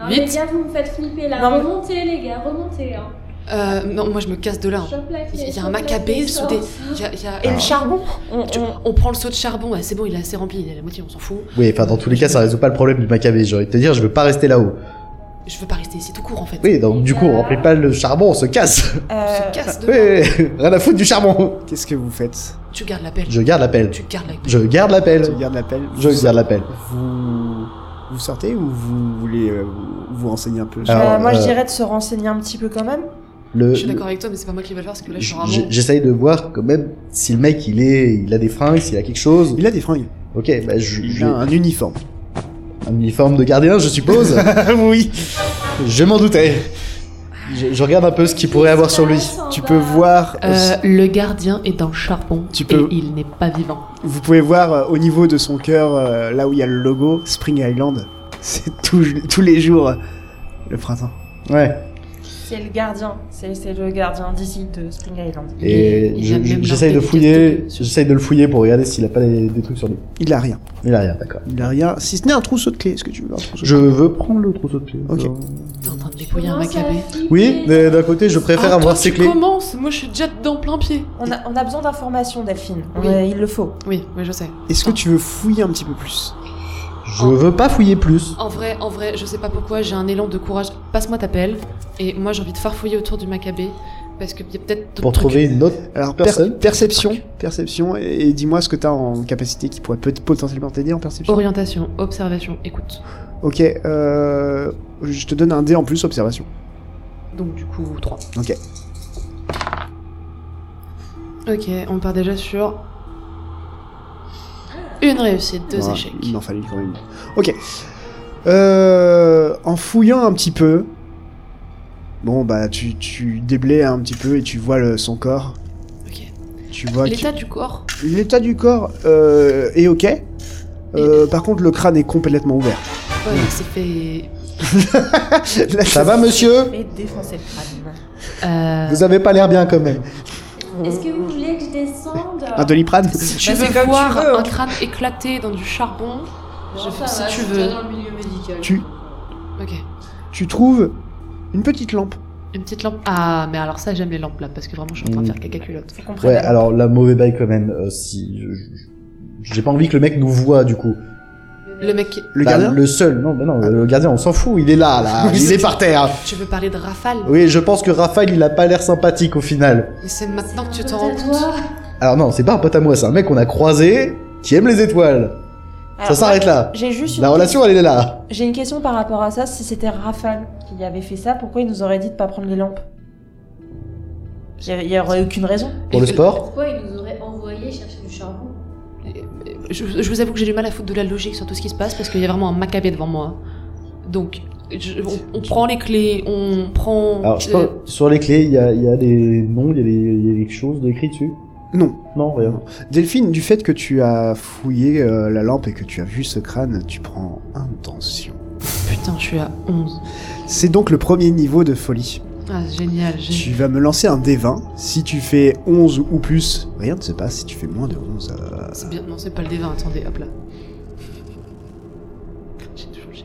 B: Non,
C: Vite.
B: les gars, vous me faites flipper là.
E: Non, mais-
B: remontez, les gars, remontez. Hein.
C: euh, non, moi, je me casse de là.
B: Chope la clé,
C: Il y a
B: chope
C: un
B: la
C: macabé
B: clé,
C: sous des.
B: sors.
C: il y a- il y a-
E: Et le charbon on,
C: Tu-
E: on-
C: On prend le seau de charbon. Ouais, c'est bon, il est assez rempli. Il est à la moitié, on s'en fout.
D: Oui, enfin, dans tous les cas, ça résout pas le problème du macabre. J'ai envie de te dire, je veux pas rester là-haut.
C: Je veux pas rester ici tout court en fait.
D: Oui, donc du coup, on remplit pas le charbon, on se
A: *laughs*
D: casse.
C: On
E: euh,
C: se casse de
D: Oui,
C: là.
D: rien à foutre du charbon.
A: Qu'est-ce que vous faites
C: Tu gardes la pelle.
D: Je garde la pelle.
C: Tu gardes la pelle.
D: Je garde la
A: Tu
D: pelle.
A: gardes la pelle
D: Je
A: vous-
D: garde la pelle.
A: Vous, vous sortez ou vous voulez euh, vous, vous renseigner un peu
E: euh,
D: Alors,
E: moi,
D: euh,
E: je dirais de se renseigner un petit peu quand même.
D: Le,
C: Je suis
D: le-
C: d'accord avec toi, mais c'est pas moi qui vais le faire parce que là je suis
D: j-
C: vraiment.
D: J'essaye de voir quand même si le mec il est, il a des fringues, s'il a quelque chose.
A: Il a des fringues.
D: Ok, bah je,
A: Il
D: je-
A: a un
D: *laughs*
A: uniforme.
D: un uniforme de gardien,
A: *laughs*
D: je suppose.
A: oui.
D: je m'en doutais. Je, je regarde un peu ce qu'il pourrait avoir sur lui.
A: Tu peux voir.
F: Euh, le gardien est dans le charbon
A: Tu peux-
F: et il n'est pas vivant.
A: Vous pouvez voir euh, au niveau de son cœur, euh, là où il y a le logo, Spring Island. C'est tout- tous les jours euh, le printemps.
D: Ouais.
E: C'est le gardien, c'est c'est le gardien d'ici de Spring Island.
D: Et
F: Il- il
D: je-
F: a
D: je-
F: même
D: j'essaye de
F: marqué
D: fouiller,
F: quelques-
D: j'essaye de le fouiller pour regarder s'il a pas des, des trucs sur lui.
A: Il a rien.
D: Il a rien, d'accord.
A: Il a rien. Si ce n'est un trousseau de clés, est-ce que tu veux un trousseau de
D: Je veux prendre le trousseau de clés.
A: Ok.
D: Euh,
F: T'es en train de dépouiller un maccabé.
D: Oui, mais d'un côté, je préfère
C: Attends,
D: avoir ses
C: Ah, tu
D: clés.
C: commences Moi je suis déjà dedans plein pied.
E: On a, on a besoin d'informations, Delphine. On
C: Oui.
E: a- il le faut.
C: Oui, mais je sais.
A: clés Est-ce que tu veux fouiller un petit peu plus
D: Je veux pas fouiller plus.
C: En vrai, en vrai, je sais pas pourquoi, j'ai un élan de courage. Passe-moi ta pelle. Et moi j'ai envie de farfouiller autour du maccabé. Parce qu'il y a peut-être d'autres
D: Pour
C: trucs.
D: trouver une autre
A: Alors, per-
D: personne.
A: perception, perception, et, et dis-moi ce que t'as en capacité qui pourrait peut potentiellement t'aider en perception.
C: Orientation, observation, écoute.
A: Ok, euh, je te donne un dé en plus, observation.
C: Donc du coup, 3.
A: Ok.
C: Ok, on part déjà sur. Une réussite, deux
A: Ouais,
C: échecs.
A: Il en fallait quand même. Ok. Euh, en fouillant un petit peu, bon bah tu, tu déblaies un petit peu et tu vois le, son corps.
C: Ok.
A: Tu vois
C: L'état du corps
A: que- l'état du corps euh, est ok. Euh, par contre, le crâne est complètement ouvert.
C: Ouais, il s'est fait.
A: Là,
D: Ça va, monsieur
E: Et défoncer le crâne.
F: Euh,
D: Vous avez pas l'air bien quand même.
B: Est-ce que vous voulez que je descende
A: Un doliprane
C: Si tu
E: Bah, c'est
C: veux
E: comme tu
C: voir
E: veux, hein.
C: un crâne éclaté dans du charbon, je fais si tu veux.
B: dans le milieu médical.
A: tu,
C: Ok.
A: tu trouves une petite lampe.
C: Une petite lampe. Ah, mais alors ça, j'aime les lampes là, parce que vraiment, je suis en train de faire caca culotte.
E: Faut qu'on prenne
D: Ouais,
E: la-
D: alors la mauvais bail quand même. euh, si je- je- j'ai pas envie que le mec nous voit du coup.
C: Le mec, qui-
A: Le
D: Bah,
A: gardien
D: Le seul. Non, bah non. Le gardien, on s'en fout. Il est là, *laughs* là.
A: Oui,
D: il
A: c'est-
D: est par terre.
C: tu veux parler de rafale
D: Oui, je pense que Raphaël, il a pas l'air sympathique au final.
C: Mais c'est maintenant que tu
B: C'est
C: te
B: un
C: rends
B: pote à
C: compte.
B: toi.
D: Alors non, c'est pas un pote à moi, c'est un mec qu'on a croisé qui aime les étoiles.
E: Alors,
D: ça s'arrête là.
E: J'ai juste une...
D: La relation, elle est là.
E: J'ai une question par rapport à ça. Si c'était Rafale qui avait fait ça, pourquoi il nous aurait dit de pas prendre les lampes Il y a- il y aurait aucune raison.
D: Pour le sport
B: Pourquoi il nous aurait envoyé chercher du charbon
C: Je, je vous avoue que j'ai du mal à foutre de la logique sur tout ce qui se passe parce qu'il y a vraiment un macabé devant moi. Donc, je- on, on prend les clés, on prend.
D: Alors, je
C: euh,
D: pense, sur les clés, il y a, il y a des noms, il y a des- il y a quelque chose d'écrit dessus
A: Non.
D: Non, rien.
A: Delphine, du fait que tu as fouillé euh, la lampe et que tu as vu ce crâne, tu prends intention.
C: Putain, je suis à 11.
A: C'est donc le premier niveau de folie.
C: Ah, génial. j'ai-
A: Tu vas me lancer un D20. Si tu fais 11 ou plus, rien ne se passe. Si tu fais moins de 11, euh,
C: C'est bien. Non, c'est pas le D20, attendez, hop là. J'ai changé.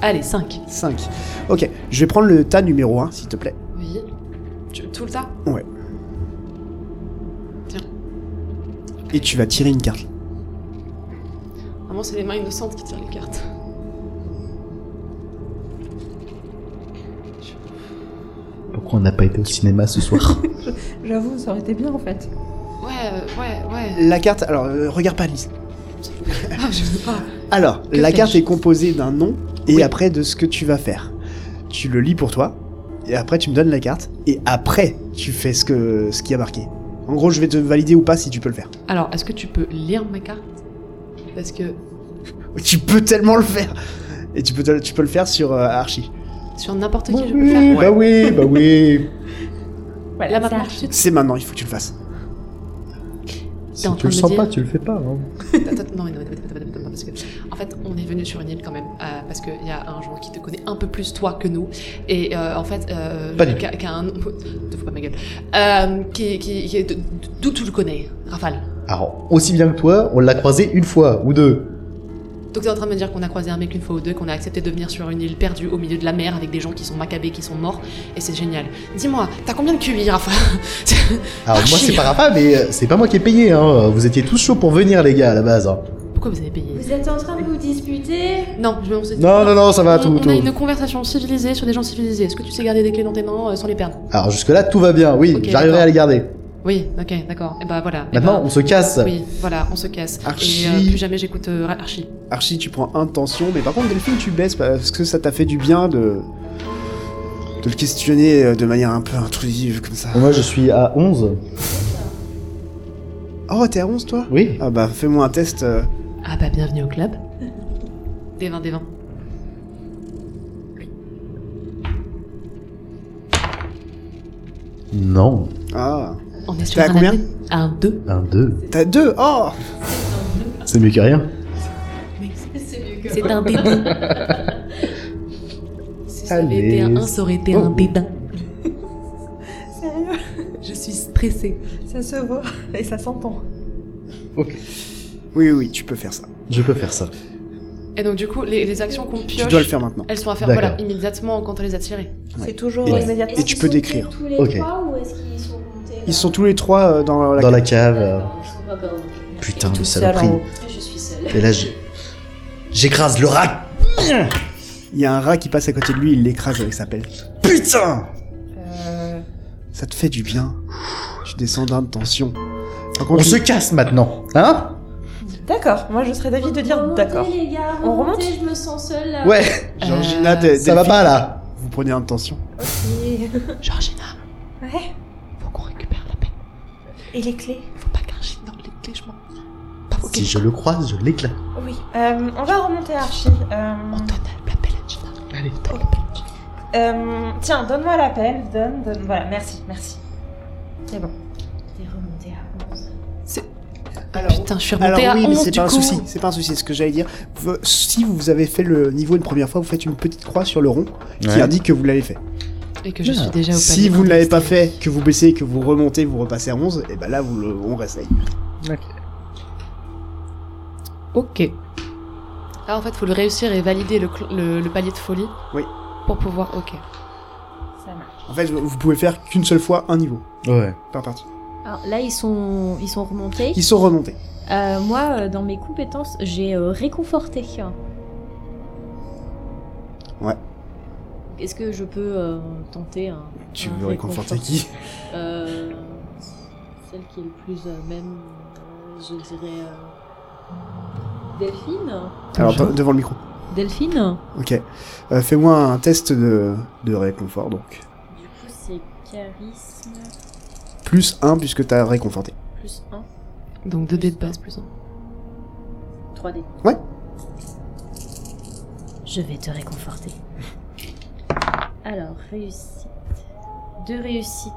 C: Allez, 5.
A: 5. Ok, je vais prendre le tas numéro 1, s'il te plaît.
C: Oui. Tu- tout le tas
A: Et tu vas tirer une carte.
C: Vraiment, c'est les mains innocentes qui tirent les cartes.
D: Pourquoi on n'a pas été au cinéma ce soir
E: J'avoue, ça aurait été bien en fait.
C: Ouais, euh, ouais, ouais. *laughs*
A: La carte, alors euh, regarde pas Alice.
C: Ah, je sais pas.
A: Alors,
C: Que
A: la
C: fais-je
A: carte est composée d'un nom et
C: Oui.
A: après de ce que tu vas faire. Tu le lis pour toi, et après tu me donnes la carte, et après tu fais ce que ce qui a marqué. En gros, je vais te valider ou pas si tu peux le faire. *laughs*
C: Alors, est-ce que tu peux lire ma carte Parce que
A: Tu peux tellement le faire Et tu peux, te- tu peux le faire sur euh, Archie.
C: sur n'importe qui,
D: Bah
C: je peux le faire.
D: oui, bah oui, bah oui.
E: Ouais,
C: Là, maintenant,
E: ça-
C: tout de suite.
A: C'est maintenant, il faut que tu le fasses.
D: Si
C: T'es en
D: tu
C: train
D: le
C: de me
D: sens
C: dire-
D: pas, tu le fais pas. hein.
C: Attends, non, mais non, mais attends, attends, attends, attends, parce que, en fait, on est venu sur une île quand même, euh, parce qu'il y a un gens qui te connaît un peu plus toi que nous, et euh, en fait, euh,
D: Pas du tout.
C: qui a- qui a un, te fous pas ma gueule, Euh, qui, qui, qui- d- d'où tu le connais, Rafale.
D: Alors, aussi bien que toi, on l'a croisé une fois ou deux.
C: Donc t'es en train de me dire qu'on a croisé un mec une fois ou deux, qu'on a accepté de venir sur une île perdue au milieu de la mer avec des gens qui sont macabés, qui sont morts, et c'est génial. Dis-moi, t'as combien de QI, *laughs* Rafale
D: Alors moi
C: Archi.
D: c'est pas grave, mais euh, c'est pas moi qui ai payé. Hein. Vous étiez tous chauds pour venir les gars à la base. hein.
C: Pourquoi vous avez payé
B: Vous êtes en train de vous disputer
C: Non, je me on s'est dit-
D: Non non non, ça va tout
C: on, on
D: tout.
C: a une conversation civilisée sur des gens civilisés. Est-ce que tu sais garder des clés dans tes mains euh, sans les perdre
D: Alors jusque là tout va bien. Oui,
C: Ok,
D: j'arriverai
C: d'accord.
D: à les garder.
C: Oui, ok, d'accord. Et bah voilà. Eh
D: Maintenant
C: bah,
D: on se casse.
C: Oui, voilà, on se casse.
A: Archie.
C: Et euh, plus jamais j'écoute euh, Ra- Archie.
A: Archie, tu prends intention, mais par contre, Delphine, tu baisses parce que ça t'a fait du bien de. de le questionner euh, de manière un peu intrusive comme ça.
D: Moi, je suis à 11.
A: Oh, t'es à 11 toi
D: Oui.
A: Ah bah fais-moi un test. euh.
G: Ah bah bienvenue au
C: *laughs*
G: club.
C: Des 20, des 20.
D: Non.
A: Ah.
G: On est sur
A: T'as
G: un
A: combien
G: appel- Un 2.
D: Un 2.
A: T'as deux Oh
D: C'est mieux que rien.
G: C'est un dédain. Si ça avait été un
D: Allez.
G: 1, ça aurait été un
D: Oh.
G: dédain.
E: Sérieux
G: Je suis stressée.
E: Ça se voit *laughs* et ça s'entend.
A: Oui, oui, tu peux faire ça.
D: Je peux faire ça.
C: Et donc, du coup, les, les actions qu'on
A: Tu
C: pioche,
A: dois le faire maintenant.
C: elles sont à faire
D: D'accord.
C: voilà, immédiatement quand on les a tirées.
A: Ouais.
E: C'est toujours
D: Et-
E: immédiatement.
A: Et tu peux décrire.
H: Tous les
D: Ok.
H: trois ou est-ce qu'ils sont montés là
A: Ils sont tous les trois euh, dans la.
D: Dans la cave. euh,
H: D'accord, ils sont pas comme-
D: Putain
E: Tout
D: de
E: seul en
D: saloperie.
E: haut.
H: Je suis seule.
D: Et là, j'ai- j'écrase le rat.
A: Il y a un rat qui passe à côté de lui, il l'écrase avec sa pelle.
D: Putain
E: Euh,
A: Ça te fait du bien. Tu descends d'un de tension. Par
D: On
A: contre,
D: se casse maintenant. Hein
E: D'accord, moi je serais d'avis de dire
H: Remontez,
E: d'accord.
H: les gars,
E: On
H: remontez,
E: remonte
H: Je me sens seule là.
D: Ouais.
A: Georgina, t'es-
D: Ah, Ça va
A: Delphine,
D: pas là.
A: Vous prenez un de tension.
E: Et-
C: Georgina,
E: Ouais.
C: faut qu'on récupère la peine.
E: Et les clés
C: Faut pas qu'Archie dans les clés, je m'en. Pas vos
D: Si je le croise, je l'éclate.
E: Oui. Euh, on va remonter Archie. Euh,
C: l'appel à Gina.
D: Allez.
E: euh, tiens, donne-moi l'appel. Donne, donne. Voilà, merci, merci. C'est bon.
H: T'es remontée à 11.
A: Alors-
C: Putain, je suis
A: Alors
C: remontée à
A: oui, mais
C: 11
A: c'est
C: du
A: pas un
C: coup.
A: souci. C'est pas un souci. Ce que j'allais dire, Vous- si vous avez fait le niveau une première fois, vous faites une petite croix sur le rond qui indique que vous l'avez fait.
C: Et que je
D: Ah.
C: suis déjà au palier.
A: Si vous ne l'avez pas
C: contesté.
A: fait, que vous baissez, que vous remontez, vous repassez à 11, et ben là, vous le- on réessaye.
C: Ok. Ah, en fait, faut le réussir et valider le, cl- le, le palier de folie.
A: Oui.
C: Pour pouvoir. Ok.
E: Ça marche.
A: En fait, vous vous pouvez faire qu'une seule fois un niveau
D: Ouais.
A: par partie.
B: Alors là, ils sont, ils sont remontés.
A: Ils sont remontés.
B: Euh, moi, euh, dans mes compétences, j'ai euh, réconforté.
A: Ouais.
B: Est-ce que je peux euh, tenter un.
A: Tu
C: Ah,
B: un
A: veux réconforter
B: réconfort
A: qui
B: Euh, Celle qui est le plus euh, même, euh, je dirais. euh, Delphine
A: Alors de- devant le micro.
B: Delphine
A: Ok. Euh, Fais-moi un test de, de réconfort donc.
B: Du coup, c'est charisme
A: Plus 1 puisque t'as réconforté.
B: plus 1,
C: Donc 2 dés de base plus 1.
B: 3D.
A: Ouais.
B: Je vais te réconforter. Alors, réussite. Deux réussites.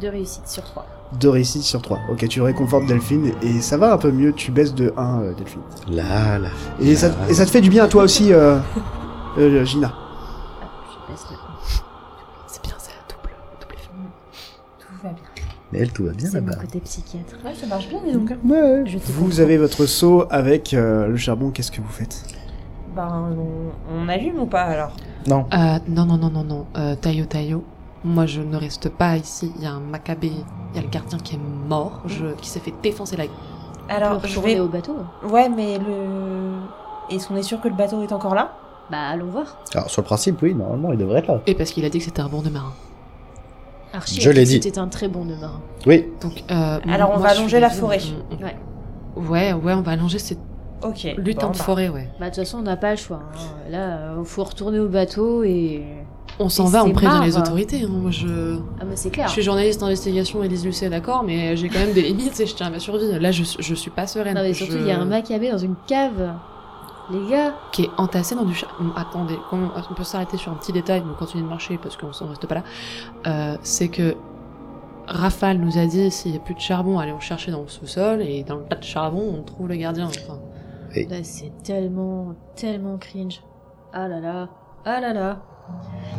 B: Deux réussites sur trois.
A: 2 réussites sur 3. Ok, tu réconfortes Delphine et ça va un peu mieux, tu baisses de 1 euh, Delphine.
D: Là, là.
A: Et ça, et ça te fait du bien à toi aussi, euh, euh, Gina.
B: Ah, je baisse le un.
C: C'est bien, c'est la double. double effet.
E: Tout va bien.
D: Mais elle, tout va bien
B: C'est mon
D: là-bas.
B: côté psychiatre.
E: Ouais, ça marche bien, dis donc.
B: Je te
A: Vous
B: comprends.
A: avez votre seau avec euh, le charbon, qu'est-ce que vous faites
E: Ben, on, on allume ou pas alors
D: Non.
C: Euh, non, non, non, non, non. Euh, tayo, tayo. Moi, je ne reste pas ici. Il y a un maccabé. Il y a le gardien qui est mort, je... qui s'est fait défoncer la
B: On
E: Alors,
B: peut
E: je
B: retourner
E: vais.
B: au bateau.
E: Ouais, mais le. Est-ce qu'on est sûr que le bateau est encore là
B: Bah, allons voir.
D: Alors, sur le principe, oui, normalement, il devrait être là.
C: Et parce qu'il a dit que c'était un bon de marin.
B: Archie
D: Je
B: a
D: l'ai
B: dit que
D: dit.
B: c'était un très bon de marin.
D: Oui.
C: Donc, euh,
E: Alors, on
C: moi,
E: va
C: je suis
E: allonger la
C: désolée,
E: forêt.
C: on- on-
B: Ouais.
C: Ouais, ouais, on va allonger cette
E: Ok.
C: lutin
E: bon,
C: de
E: bah.
C: forêt, ouais.
B: Bah, de toute façon, on n'a pas le choix. hein. Là, il faut retourner au bateau et.
C: On s'en
B: Et
C: va, on
B: c'est
C: prévient
B: marre.
C: les autorités. hein. Moi, je...
B: Ah, mais c'est
C: je
B: clair.
C: suis journaliste d'investigation et Lise Lucet, d'accord, mais j'ai quand même des limites et je tiens à ma survie. Là, je, je suis pas sereine.
B: Non, mais surtout,
C: Je-
B: il y a un maccabé dans une cave. Les gars,
C: Qui est entassé dans du char. Hum, Attendez, on, on peut s'arrêter sur un petit détail, mais continuer de marcher parce qu'on s'en reste pas là. Euh, C'est que Rafale nous a dit s'il y a plus de charbon, allez, on chercher dans le sous-sol et dans le tas de charbon, on trouve le gardien. Enfin,
B: Là, Bah, c'est tellement, tellement cringe. Ah là là, ah là là.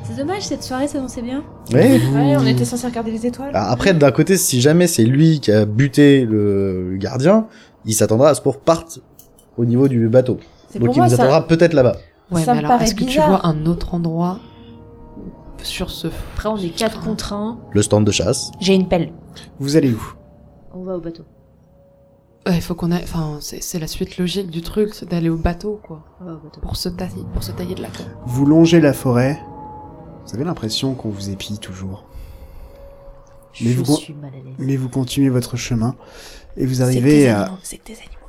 B: C'est dommage, cette soirée s'annonçait bien.
D: Ouais.
E: Ouais, on était censé regarder les étoiles.
D: Alors après, d'un côté, si jamais c'est lui qui a buté le, le gardien, il s'attendra à ce qu'on reparte au niveau du bateau.
E: C'est
D: Donc
E: pour
D: il
E: moi
D: nous
E: ça.
D: attendra peut-être là-bas.
C: ouais,
E: Ça
C: mais
E: me
C: alors,
E: paraît
C: est-ce que tu
E: bizarre.
C: vois un autre endroit sur ce.
B: Après, on est 4 contre 1,
D: Le stand de chasse.
E: J'ai une pelle.
A: Vous allez où
B: on va au bateau.
C: Ouais, il faut qu'on aille. Enfin, c'est c'est la suite logique du truc, c'est d'aller au bateau, quoi.
B: On va au bateau.
C: Pour se tailler, pour se tailler de la queue.
A: Vous longez la forêt. Vous avez l'impression qu'on vous épie toujours. Mais
B: je
A: vous con-
B: suis mal à l'aise.
A: Mais vous continuez votre chemin et vous arrivez à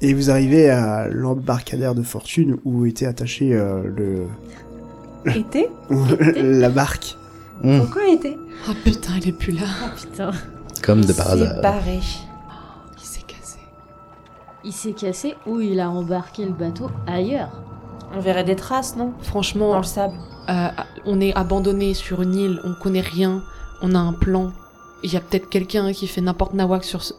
A: et vous arrivez à l'embarcadère de fortune où était attaché euh, le
E: *laughs* Été
A: *laughs* la barque
D: Mmh,
E: Pourquoi il était
C: Oh putain, il est plus là.
B: Oh putain.
D: comme de
E: Il
D: par
E: s'est
D: hasard.
E: barré.
C: Il s'est cassé.
B: Il s'est cassé ou il a embarqué le bateau ailleurs.
E: On verrait des traces, non Dans
C: Franchement,
E: le sable.
C: euh, on est abandonné sur une île, on connaît rien, on a un plan. Il y a peut-être quelqu'un qui fait n'importe nawak sur ce.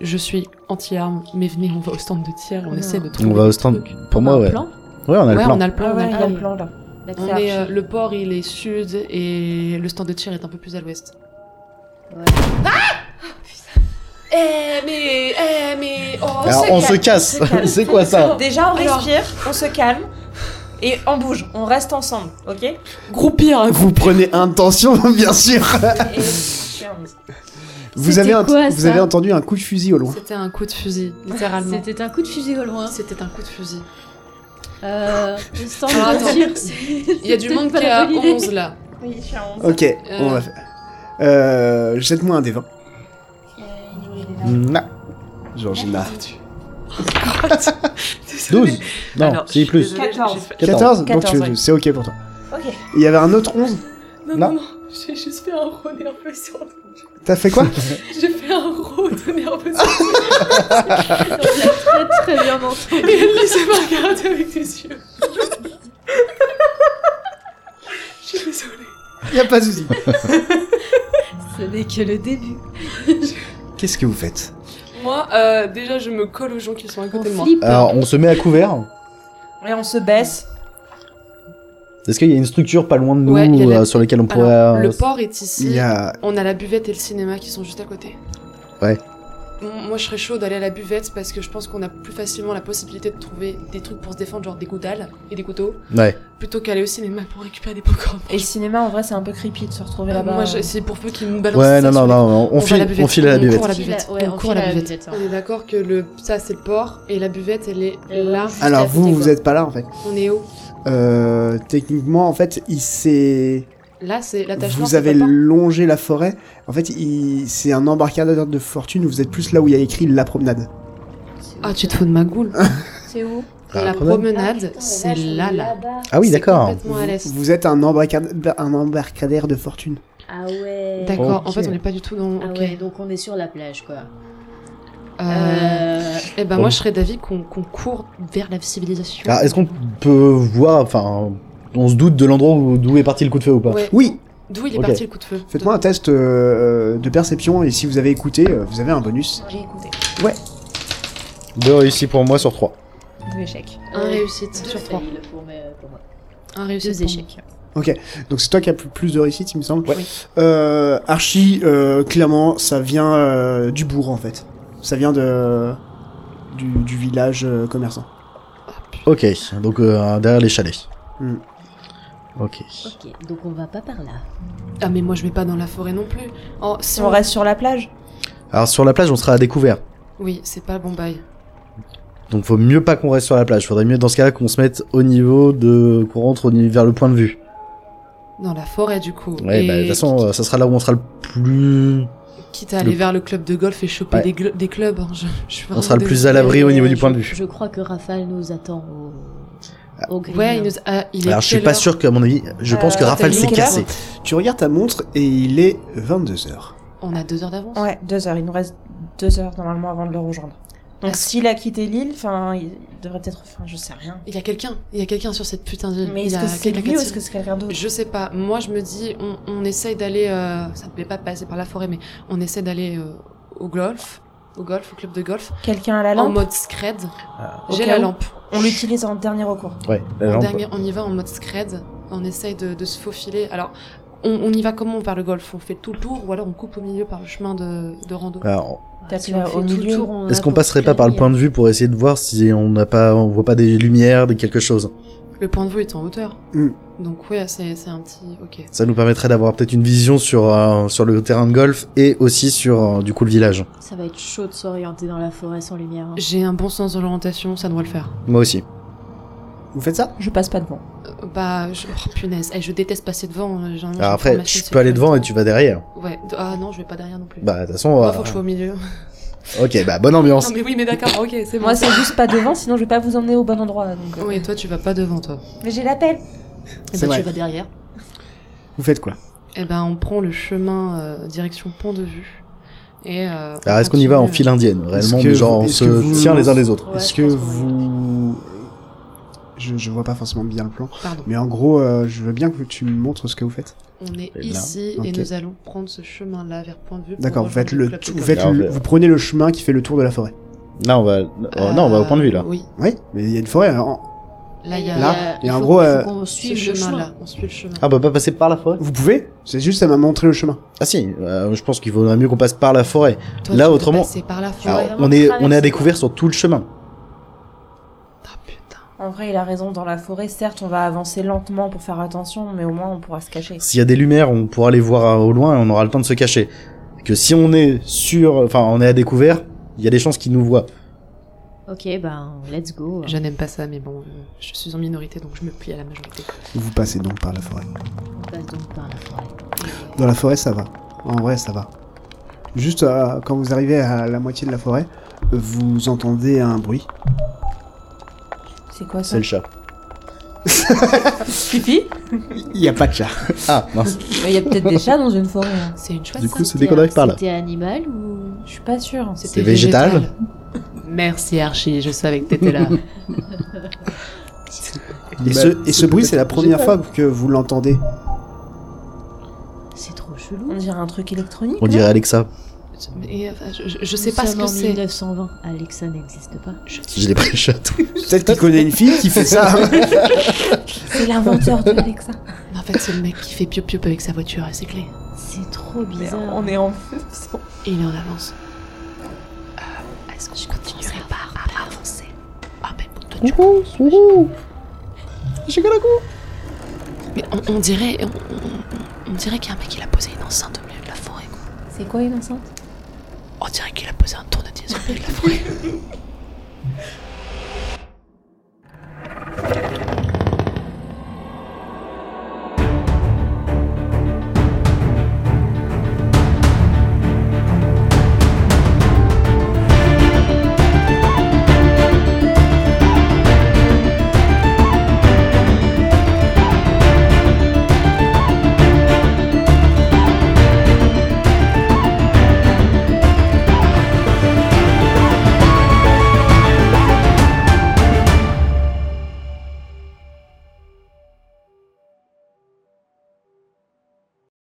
C: Je suis anti-arme, mais venez, on va au stand de tir, on
E: Non.
C: essaie de trouver.
D: On va
C: des
D: au stand.
C: trucs.
D: Pour
B: On
D: moi,
B: a un
D: ouais. Ouais,
B: plan
D: on a le
C: ouais,
D: plan.
C: on a le plan.
E: Ah
C: on a le
E: ouais, il y
C: plan.
E: a
B: oui.
E: le plan là.
C: On
B: L'accès
C: est,
B: à
C: euh,
B: Archie.
C: le port, il est sud et le stand de tir est un peu plus à l'ouest.
B: Ouais.
C: Eh mais, eh mais, oh,
D: Alors,
C: c'est
D: on
C: que-
D: se casse. *laughs* C'est
C: *laughs*
D: quoi ça
E: Déjà, on
C: Alors-
E: respire, on se calme et on bouge. On reste ensemble,
D: *laughs*
E: ok Et
C: Groupir, hein,
A: Vous prenez intention, *laughs* bien sûr. Vous
B: C'était
A: avez, ent-
B: quoi,
A: vous
B: ça
A: avez entendu un coup de fusil au loin.
C: C'était un coup de fusil, littéralement.
B: C'était un coup de fusil au loin.
C: C'était un coup de fusil. *laughs*
B: Euh, le stand
C: Alors, attends.
B: de tir, c'est-
C: Il y a du
B: c'est
C: monde
B: peut-être
C: qui est
B: pas
C: à
B: la bonne idée.
C: 11 là.
E: Oui, je suis à 11.
A: Ok, on va faire. Euh, Jette-moi un des 20.
D: Non.
A: Georgina.
D: 12 Non,
C: Alors,
D: si,
C: je suis
D: plus.
C: désolée, j'ai
E: 14.
C: fait-
A: 14, Donc
E: 14,
A: tu-
E: ouais.
A: c'est ok pour toi.
E: Ok.
A: Il y avait un autre 11
C: Non,
D: Non.
C: non, non, j'ai juste fait un roux nerveux sur le-
A: T'as fait quoi
C: J'ai fait un roux de nerveux sur le-
B: On l'a très très bien entendu.
C: Et elle s'est pas regardée avec des yeux. Je suis désolée.
A: *laughs* Y a pas de souci.
B: Ce n'est que le début.
A: Qu'est-ce que vous faites
C: Moi, euh, déjà, je me colle aux gens qui sont à
B: On
C: côté de moi.
B: flippe.
D: Alors, on se met à couvert.
E: Et on se baisse.
D: Est-ce qu'il y a une structure pas loin de nous
C: Ouais, il y a la-
D: euh, sur laquelle on pourrait.
C: Alors,
D: euh,
C: le port est
A: Il
C: ici.
A: y a.
C: On a la buvette et le cinéma qui sont juste à côté.
D: Ouais.
C: M- Moi, je serais chaud d'aller à la buvette parce que je pense qu'on a plus facilement la possibilité de trouver des trucs pour se défendre, genre des goudales et des couteaux,
D: Ouais.
C: plutôt qu'aller au cinéma pour récupérer des popcorn.
E: Et le cinéma, en vrai, c'est un peu creepy de se retrouver là-bas.
C: Euh, Moi, je- c'est pour peu qu'ils nous balancent.
D: Ouais,
C: ça
D: non,
C: sur
D: non,
C: les-
D: non, on,
C: On va à la
D: file,
C: buvette.
D: on file à la
C: On
D: buvette.
C: court à la
B: File
C: buvette.
B: à- ouais,
C: on
B: on
C: court à
B: file
C: la buvette.
B: hein.
C: On est d'accord que le ça c'est le port et la buvette elle est
B: Et
C: là.
B: là.
A: Alors
B: à
A: vous,
B: côté,
A: vous
B: quoi.
A: êtes pas là en fait.
C: On est haut.
A: Euh, techniquement, en fait, il s'est.
C: Là c'est la tâche noire,
A: Vous
C: c'est
A: avez
C: pas le port.
A: longé la forêt. En fait, il... c'est un embarcadère de fortune. Vous êtes plus là où il y a écrit la promenade.
C: Ah tu te fous de ma goule.
E: C'est où
D: Ah,
C: la
D: quand même.
C: promenade
I: Putain, la
C: c'est
I: vache, on est
C: là là.
I: là-bas.
D: Ah oui,
C: C'est
D: d'accord.
C: complètement à l'est.
A: Vous êtes un embarcadère, un embarcadère de fortune.
B: Ah ouais.
C: D'accord. En
D: Ok.
C: fait on n'est pas du tout dans.
B: Ah
C: Ok.
B: ouais, donc on est sur la plage quoi.
C: Euh,
B: Euh...
C: Eh ben
D: Bon.
C: moi je serais d'avis qu'on qu'on court vers la civilisation.
D: Alors, est-ce qu'on peut voir, enfin, on se doute de l'endroit où- d'où est parti le coup de feu ou pas
C: Ouais.
A: Oui,
C: D'où il est
D: Ok.
C: parti le coup de feu
A: faites-moi un test euh, de perception et si vous avez écouté, euh, vous avez un bonus.
E: J'ai écouté.
D: Deux réussis pour moi sur trois.
E: Deux échecs.
C: Un
B: euh,
C: réussite
B: deux
C: sur trois.
B: fails Pour, mes- pour moi.
C: Un réussite.
B: Deux
C: pour
B: échecs.
A: Donc c'est toi qui as plus- plus de réussite, il me semble.
D: Ouais.
C: Oui.
A: Euh, Archie, euh, clairement, ça vient euh, du bourg en fait. Ça vient de du, du village euh, commerçant.
D: Ok, donc euh, derrière les chalets.
A: Hmm.
D: Ok.
B: Ok, donc on va pas par là.
C: moi. Ah mais moi je vais pas dans la forêt non plus. Oh, si
E: Si on reste sur la plage
D: Alors sur la plage, on sera à découvert.
C: Oui c'est pas bon bail.
D: Donc faut mieux pas qu'on reste sur la plage. Faudrait mieux dans ce cas-là qu'on se mette au niveau de, qu'on rentre au niveau- vers le point de vue.
C: Dans la forêt du coup.
D: Ouais,
C: Et
D: bah de toute façon, euh, ça sera là où on sera le plus,
C: Quitte à aller
D: Le-
C: vers le club de golf et choper
D: Ouais.
C: des, gl- des clubs, hein, je, je suis
D: on sera le
C: vraiment
D: plus
C: désolée.
D: à l'abri au
B: Euh,
D: niveau du
B: je-
D: point de vue.
B: Je crois que Raphaël nous attend au, au green.
C: Ouais, il, nous- ah, il est.
D: Alors je suis
C: quelle
D: pas
C: heure
D: sûr que, à mon avis, je pense
E: Euh,
D: que Raphaël
E: t'as
D: s'est
E: dit quelle heure
D: cassé.
A: Tu regardes ta montre et il est 22h.
C: On a deux heures d'avance.
E: Ouais, deux heures. Il nous reste deux heures normalement avant de le rejoindre. Donc
C: Est-ce-
E: s'il a quitté l'île, enfin, il devrait peut-être. Enfin, je sais rien.
C: Il y a quelqu'un, il y a quelqu'un sur cette putain d'île.
E: Mais
C: Il y
E: est-ce
C: a
E: que c'est
C: quelqu'un
E: lui
C: qui
E: ou
C: a
E: est-ce que c'est quelqu'un d'autre
C: Je sais pas. Moi, je me dis, on, on essaye d'aller. euh, ça ne plaît pas de passer par la forêt, mais on essaie d'aller euh, au golf, au golf, au club de golf,
E: Quelqu'un à la
C: en
E: lampe
C: mode scred.
D: Ah.
E: au
C: J'ai
E: cas
C: la
E: où.
C: lampe.
E: On l'utilise en dernier recours.
D: Ouais. la
C: En
D: lampe.
C: dernier, on y va en mode scred. On essaye de, de se faufiler. Alors, on, on y va comment vers le golf On fait tout le tour ou alors on coupe au milieu par le chemin de, de rando
D: Alors,
E: T'as
B: Ah, Si
E: pu,
B: on
E: euh,
B: fait
E: au
B: tout le
E: milieu.
B: tour, on
D: est-ce
B: a
D: qu'on
B: pour
D: passerait pas par le point de vue pour essayer de voir si on n'a pas, on voit pas des lumières, des quelque chose
C: Le point de vue est en hauteur.
D: Hmm.
A: Mm.
C: Donc ouais, c'est c'est un petit... Ok.
D: Ça nous permettrait d'avoir peut-être une vision sur, euh, sur le terrain de golf et aussi sur euh, du coup le village.
B: Ça va être chaud de s'orienter dans la forêt sans lumière. hein.
C: J'ai un bon sens de l'orientation, ça doit le faire.
D: Moi aussi.
A: Vous faites ça
E: Je passe pas devant.
C: Euh, bah, je... oh, punaise, Eh, je déteste passer devant. euh, j'en- j'en
D: Alors
C: prends ma
D: après, tu
C: chaîne, c'est
D: peux aller
C: cool.
D: devant et tu vas derrière.
C: Ouais, de- ah non, je vais pas derrière non plus.
D: Bah de toute façon,
C: Moi,
D: euh,
C: faut que je sois au milieu.
D: ok, bah bonne ambiance.
C: non mais oui, mais d'accord, ok, c'est bon.
E: Moi, c'est juste pas devant, sinon je vais pas vous emmener au bon endroit. donc, euh. Eh
C: Oui, toi, tu vas pas devant, toi.
E: Mais j'ai l'appel.
C: Et
A: C'est
C: bah,
A: vrai.
C: tu vas derrière.
A: Vous faites quoi
C: Eh Eh ben, on prend le chemin euh, direction Pont de Vue. Et, euh, on
D: Alors, est-ce qu'on y va en
C: continue.
D: file indienne Réellement,
A: Est-ce que
D: mais genre,
A: vous-
D: on
A: est-ce
D: se
A: que vous-
D: tient les uns les autres.
B: Ouais,
A: Est-ce
B: je
A: que
B: pense qu'on va y aller.
A: vous... Je, je vois pas forcément bien le plan.
C: Pardon.
A: Mais en gros, euh, je veux bien que tu me montres ce que vous faites.
C: On est
D: Et là,
C: ici
A: ok.
C: et nous allons prendre ce chemin-là vers Point de Vue. pour
A: D'accord, vous faites
C: rejoindre
A: le,
C: club
A: tou-
C: de
A: vous, faites
D: Alors,
A: le-
D: je-
A: vous prenez le chemin qui fait le tour de la forêt.
D: Là, on va,
C: Copain.
D: oh, non, on va au point de vue là.
C: Euh, Oui,
A: Oui, mais il y a une forêt. euh, en-
C: là il y a
A: Là,
B: il
A: et en
B: faut-
A: gros,
B: faut
A: euh,
B: qu'on
C: ce
B: suive le
C: chemin-là. On suit le chemin.
D: Ah, on peut pas passer par la forêt
A: Vous pouvez C'est juste, ça m'a montré le chemin.
D: Ah si, euh, je pense qu'il vaudrait mieux qu'on passe par la forêt.
C: Toi,
D: là,
C: tu peux
D: autrement-
C: passer par la
D: Alors,
C: forêt.
D: on est, on est à découvert sur tout le chemin.
C: Ah putain.
E: En vrai, il a raison, dans la forêt, certes, on va avancer lentement pour faire attention, mais au moins on pourra se cacher.
D: S'il y a des lumières, on pourra les voir euh, au loin et on aura le temps de se cacher. Que si on est sur, enfin, on est à découvert, il y a des chances qu'ils nous voient.
B: Ok, ben, let's go.
C: Je n'aime pas ça, mais bon, euh, je suis en minorité, donc je me plie à la majorité.
A: Vous passez donc par la forêt.
B: On passe donc par la forêt.
A: Dans la forêt, ça va. En vrai, ça va. Juste euh, quand vous arrivez à la moitié de la forêt, vous entendez un bruit.
E: C'est quoi ça
D: C'est le chat.
E: Pipi
A: Il n'y a pas de chat.
D: Ah, mince.
E: Mais il y a peut-être des chats dans une forêt. hein.
C: C'est une chouette.
D: Du coup,
C: ça.
D: c'est dès qu'on arrive par là.
B: C'était animal ou.
E: Je suis pas sûre. hein,
C: C'était
D: végétal.
C: Merci Archie, je savais que t'étais là.
A: Et ce, et ce bruit, Bah, c'est la première fois que vous l'entendez.
B: C'est trop chelou.
E: On dirait un truc électronique.
D: On dirait Alexa.
C: Et, enfin, je, je- je sais pas
B: Nous
C: ce
B: sommes
C: que
B: en
C: c'est.
B: 1920. Alexa n'existe pas.
D: Je l'ai pris le chat.
A: Peut-être qu'il connaît une fille *laughs* qui fait ça.
E: C'est l'inventeur de Alexa.
C: En fait, c'est le mec qui fait piop piop avec sa voiture et ses clés.
B: C'est trop
E: Mais
B: bizarre.
E: on est en. *laughs*
C: Et il est en avance. Euh, Est-ce que je continuerai par à avancer Ah ben, bon, toi, tu Mais on, on dirait, on, on- on dirait qu'il y a un mec qui l'a posé une enceinte au milieu de la forêt. quoi.
E: C'est quoi une enceinte
C: On dirait qu'il a posé un tourne-disque au milieu de la forêt.